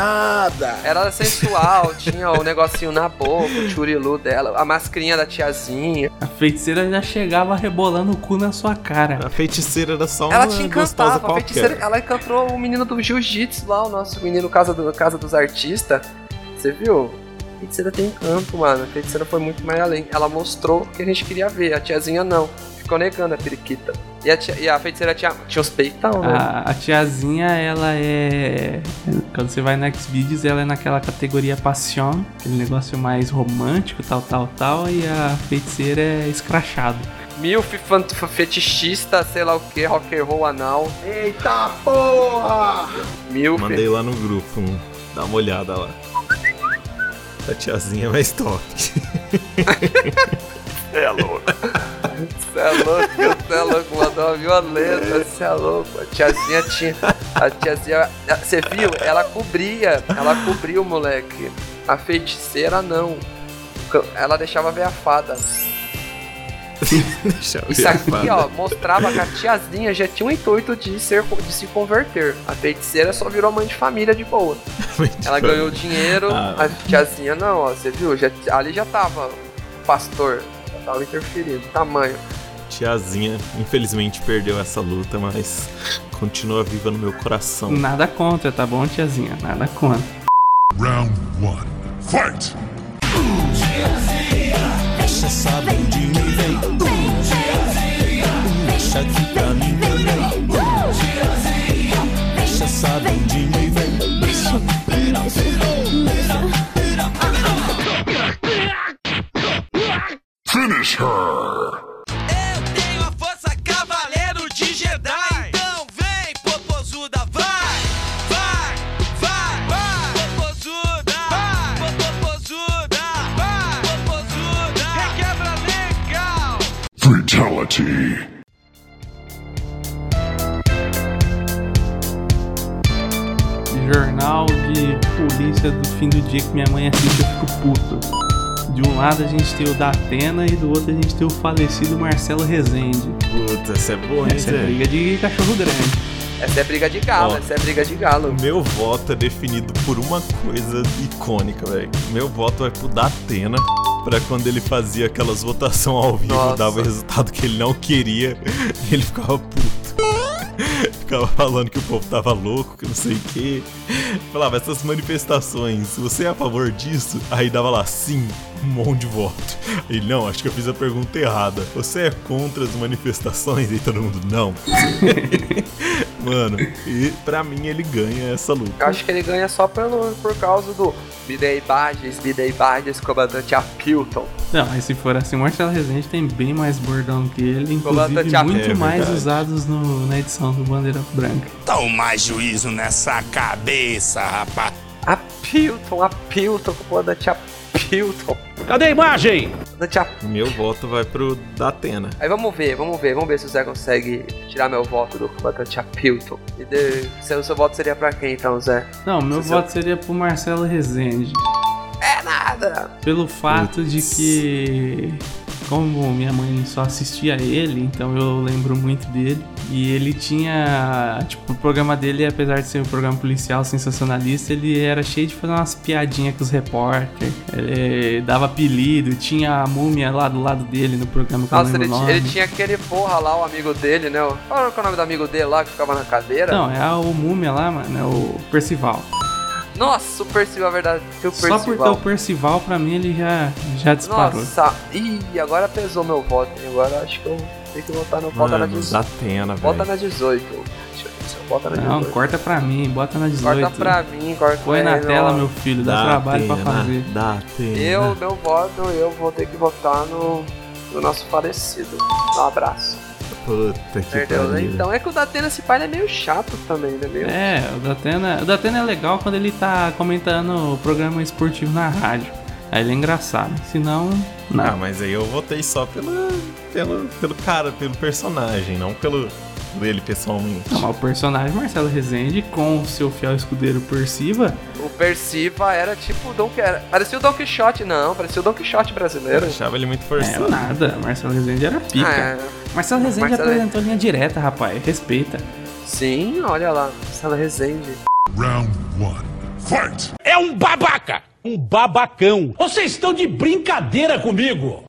Speaker 3: Danada! Ela era sensual, tinha o negocinho na boca, o churilu dela, a mascarinha da tiazinha.
Speaker 1: A feiticeira já chegava rebolando o cu na sua cara.
Speaker 2: A feiticeira era só
Speaker 3: Ela te encantava, a feiticeira, ela encantou o menino do jiu-jitsu lá, o nosso menino Casa, do, casa dos Artistas. Você viu? feiticeira tem campo, mano. A feiticeira foi muito mais além. Ela mostrou o que a gente queria ver. A tiazinha não. Ficou negando a periquita. E a, tia- e a feiticeira tinha, tinha os peitão, né?
Speaker 1: A, a tiazinha, ela é. Quando você vai na Xvideos, ela é naquela categoria passion, aquele negócio mais romântico, tal, tal, tal, e a feiticeira é escrachado.
Speaker 3: Milf fant- fetichista, sei lá o que, rock and roll anal.
Speaker 8: Eita porra!
Speaker 3: Mil.
Speaker 2: Mandei lá no grupo, um. dá uma olhada lá. A tiazinha é mais top.
Speaker 3: Cê é louco. Cê é louco, cê é louco, mandou uma violenta, cê é louco. A tiazinha tinha. A tiazinha. Você viu? Ela cobria. Ela cobriu o moleque. A feiticeira não. Ela deixava ver a fada.
Speaker 2: Deixa eu
Speaker 3: Isso
Speaker 2: ver a
Speaker 3: aqui,
Speaker 2: fada.
Speaker 3: ó, mostrava que a tiazinha já tinha o intuito de, ser, de se converter. A feiticeira só virou mãe de família de boa. Ela
Speaker 1: Tipo,
Speaker 3: ganhou dinheiro,
Speaker 2: Ah.
Speaker 3: a tiazinha não, ó, você viu? Já, ali já tava o pastor, já tava interferindo, tamanho.
Speaker 2: Tiazinha, infelizmente, perdeu essa luta, mas continua viva no meu coração.
Speaker 1: Nada contra, tá bom, tiazinha? Nada contra.
Speaker 2: Round 1. Fight!
Speaker 5: Deixa essa bundinha e vem. Deixa aqui pra mim também. Deixa essa bundinha e vem. Pera, pera, pera, pera. Finish her.
Speaker 15: Tenho a força cavaleiro de Jedi. Então vem, popozuda, vai, vai, vai, vai. Popozuda, vai, popozuda, vai, popozuda. Requebra legal.
Speaker 22: Fatality.
Speaker 1: Jornal de polícia do fim do dia que minha mãe assiste, eu fico puto. De um lado a gente tem o da Atena e do outro a gente tem o falecido Marcelo Rezende.
Speaker 2: Puta, essa é boa, hein,
Speaker 1: Essa é
Speaker 2: Zé?
Speaker 1: briga de cachorro grande.
Speaker 3: Essa é briga de galo,
Speaker 2: Ó.
Speaker 3: essa é briga de galo.
Speaker 2: Meu voto é definido por uma coisa icônica, velho. Meu voto é pro Datena. Pra quando ele fazia aquelas votação ao vivo,
Speaker 3: Nossa.
Speaker 2: dava o resultado que ele não queria, ele ficava puto. ficava falando que o povo tava louco, que não sei o quê. Falava essas manifestações, você é a favor disso? Aí dava lá, sim, um monte de voto. Ele, não, acho que eu fiz a pergunta errada. Você é contra as manifestações? E todo mundo, não. Mano, e pra mim ele ganha essa luta.
Speaker 3: Eu acho que ele ganha só pelo, por causa do Bidei Barges, Bidei Barges, comandante Apilton.
Speaker 1: Não, mas se for assim, o Marcelo Rezende tem bem mais bordão que ele, inclusive
Speaker 3: Comandante
Speaker 1: muito
Speaker 3: Atena.
Speaker 1: mais
Speaker 3: É verdade.
Speaker 1: usados no- na edição do Bandeira Branca.
Speaker 22: Toma Tá um juízo nessa cabeça, rapaz.
Speaker 3: Apilton, Apilton, comandante Apilton.
Speaker 2: Cadê a imagem?
Speaker 3: Comandante Apilton.
Speaker 2: Meu voto vai pro Datena.
Speaker 3: Aí vamos ver, vamos ver, vamos ver se o Zé consegue tirar meu voto do comandante Apilton. E de, seu, seu voto seria pra quem então, Zé?
Speaker 1: Não, meu
Speaker 3: Se seu-
Speaker 1: voto seria pro Marcelo Rezende.
Speaker 3: É nada!
Speaker 1: Pelo fato de que, como minha mãe só assistia a ele, então eu lembro muito dele. E ele tinha. Tipo, o programa dele, apesar de ser um programa policial sensacionalista, ele era cheio de fazer umas piadinhas com os repórter. Ele dava apelido, tinha a múmia lá do lado dele no programa que eu
Speaker 3: Nossa,
Speaker 1: não
Speaker 3: ele,
Speaker 1: lembro o
Speaker 3: ti-
Speaker 1: nome.
Speaker 3: ele tinha aquele porra lá, o amigo dele, né? O- Qual era o nome do amigo dele lá que ficava na cadeira?
Speaker 1: Não, é o múmia lá, mano, é o Percival.
Speaker 3: Nossa, o Percival, a verdade.
Speaker 1: Só
Speaker 3: O
Speaker 1: por ter
Speaker 3: Percival.
Speaker 1: o Percival, pra mim, ele já, já disparou.
Speaker 3: Nossa, ih, agora pesou meu voto, hein? Agora acho que eu tenho que votar no Volta na
Speaker 2: Mano,
Speaker 3: 18.
Speaker 2: Hum, Datena,
Speaker 3: Volta
Speaker 2: velho.
Speaker 3: na 18. Deixa eu ver se eu volta na 18.
Speaker 1: Não, corta pra mim, bota na 18.
Speaker 3: Corta pra mim, corta
Speaker 1: Põe na
Speaker 3: pra mim,
Speaker 1: tela,
Speaker 3: ó.
Speaker 1: meu filho, dá,
Speaker 2: Dá
Speaker 1: trabalho pra
Speaker 2: pena,
Speaker 1: fazer.
Speaker 2: Dá pena.
Speaker 3: Eu, meu voto, eu vou ter que votar no, no nosso falecido. Um abraço.
Speaker 2: Puta que
Speaker 3: Perdeu, né?
Speaker 2: pariu.
Speaker 3: Então é que o Datena, esse pai, ele é meio chato também, né? Meio...
Speaker 1: É, o Datena, o Datena é legal quando ele tá comentando o programa esportivo na rádio. Aí ele é engraçado. Se não,
Speaker 2: Ah, mas aí eu votei só pela, pelo, pelo cara, pelo personagem, não pelo dele pessoalmente.
Speaker 1: não, mas o personagem Marcelo Rezende com o seu fiel escudeiro Perciva.
Speaker 3: O Perciva era tipo o Don Quixote. Parecia o Don Quixote, não. Parecia o Don Quixote brasileiro.
Speaker 2: Eu achava ele muito
Speaker 1: É
Speaker 2: forçado.
Speaker 1: nada, Marcelo Rezende era pica.
Speaker 3: É.
Speaker 1: Marcelo Rezende
Speaker 3: Marcelo-
Speaker 1: apresentou linha direta, rapaz. Respeita.
Speaker 3: Sim, olha lá. Marcelo Rezende.
Speaker 22: Round 1. Fight. É um babaca. Um babacão. Vocês estão de brincadeira comigo.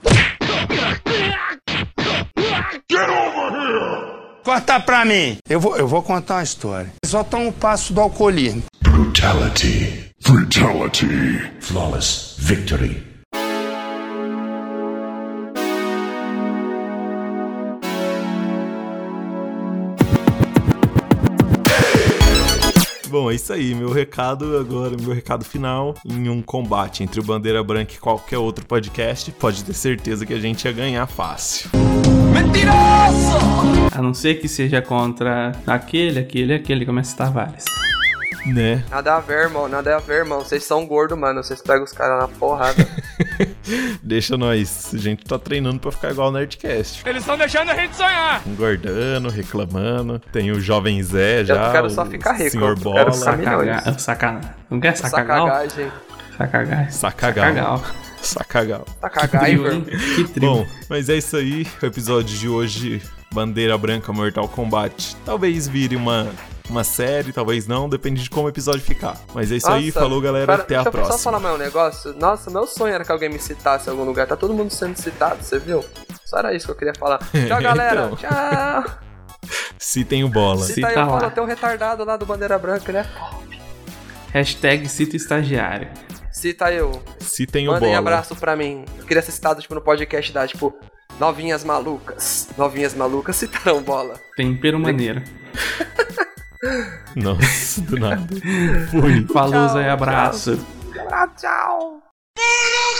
Speaker 18: Corta pra mim. Eu vou, eu vou contar uma história. Só tá um passo do alcoolismo. Brutality. Brutality. Flawless victory.
Speaker 2: Bom, é isso aí. Meu recado agora, meu recado final. Em um combate entre o Bandeira Branca e qualquer outro podcast, pode ter certeza que a gente ia ganhar fácil.
Speaker 1: A não ser que seja contra aquele, aquele, aquele, como é que Tavares.
Speaker 2: Né?
Speaker 3: Nada a ver, irmão. Nada a ver, irmão. Vocês são gordos, mano. Vocês pegam os caras na porrada.
Speaker 2: Deixa nós. A gente tá treinando pra ficar igual o Nerdcast.
Speaker 15: Eles estão deixando a gente
Speaker 22: é
Speaker 15: sonhar.
Speaker 2: Engordando, reclamando. Tem o jovem Zé já.
Speaker 3: quero só
Speaker 2: o
Speaker 3: ficar rico,
Speaker 2: Senhor
Speaker 3: eu
Speaker 2: Bola.
Speaker 3: quero ficar milhões.
Speaker 1: Sacaga- Sacanagem. Não Tá é quer sacagal? Sacagal.
Speaker 3: Sacagagem.
Speaker 2: Sacagal.
Speaker 3: Tá
Speaker 1: Sacagal.
Speaker 2: Sacagal.
Speaker 3: Sacagaiver.
Speaker 1: Que trio, hein? Que trio.
Speaker 2: Bom, mas é isso aí. O episódio de hoje, Bandeira Branca Mortal Kombat. Talvez vire uma, uma série, talvez não. Depende de como o episódio ficar. Mas é isso aí.
Speaker 3: Nossa,
Speaker 2: Falou, galera.
Speaker 3: pera,
Speaker 2: até a
Speaker 3: deixa eu só
Speaker 2: próxima.
Speaker 3: falar mais um negócio. Nossa, meu sonho era que alguém me citasse em algum lugar. Tá todo mundo sendo citado, você viu? Só era isso que eu queria falar. Tchau, galera.
Speaker 2: Então.
Speaker 3: Tchau.
Speaker 2: Citem o Bola.
Speaker 3: Cita aí, eu falo até o retardado lá do Bandeira Branca, né?
Speaker 1: Hashtag cita o estagiário.
Speaker 3: Cita eu.
Speaker 2: Citem o
Speaker 3: Mandem
Speaker 2: Bola.
Speaker 3: abraço pra mim. Eu queria ser citado, tipo, no podcast da, tipo, novinhas malucas. Novinhas malucas citarão bola.
Speaker 1: Tempero maneiro.
Speaker 2: Nossa, do nada. Fui.
Speaker 1: Falou,
Speaker 3: Tchau,
Speaker 1: Zé. Abraço.
Speaker 3: Tchau, tchau.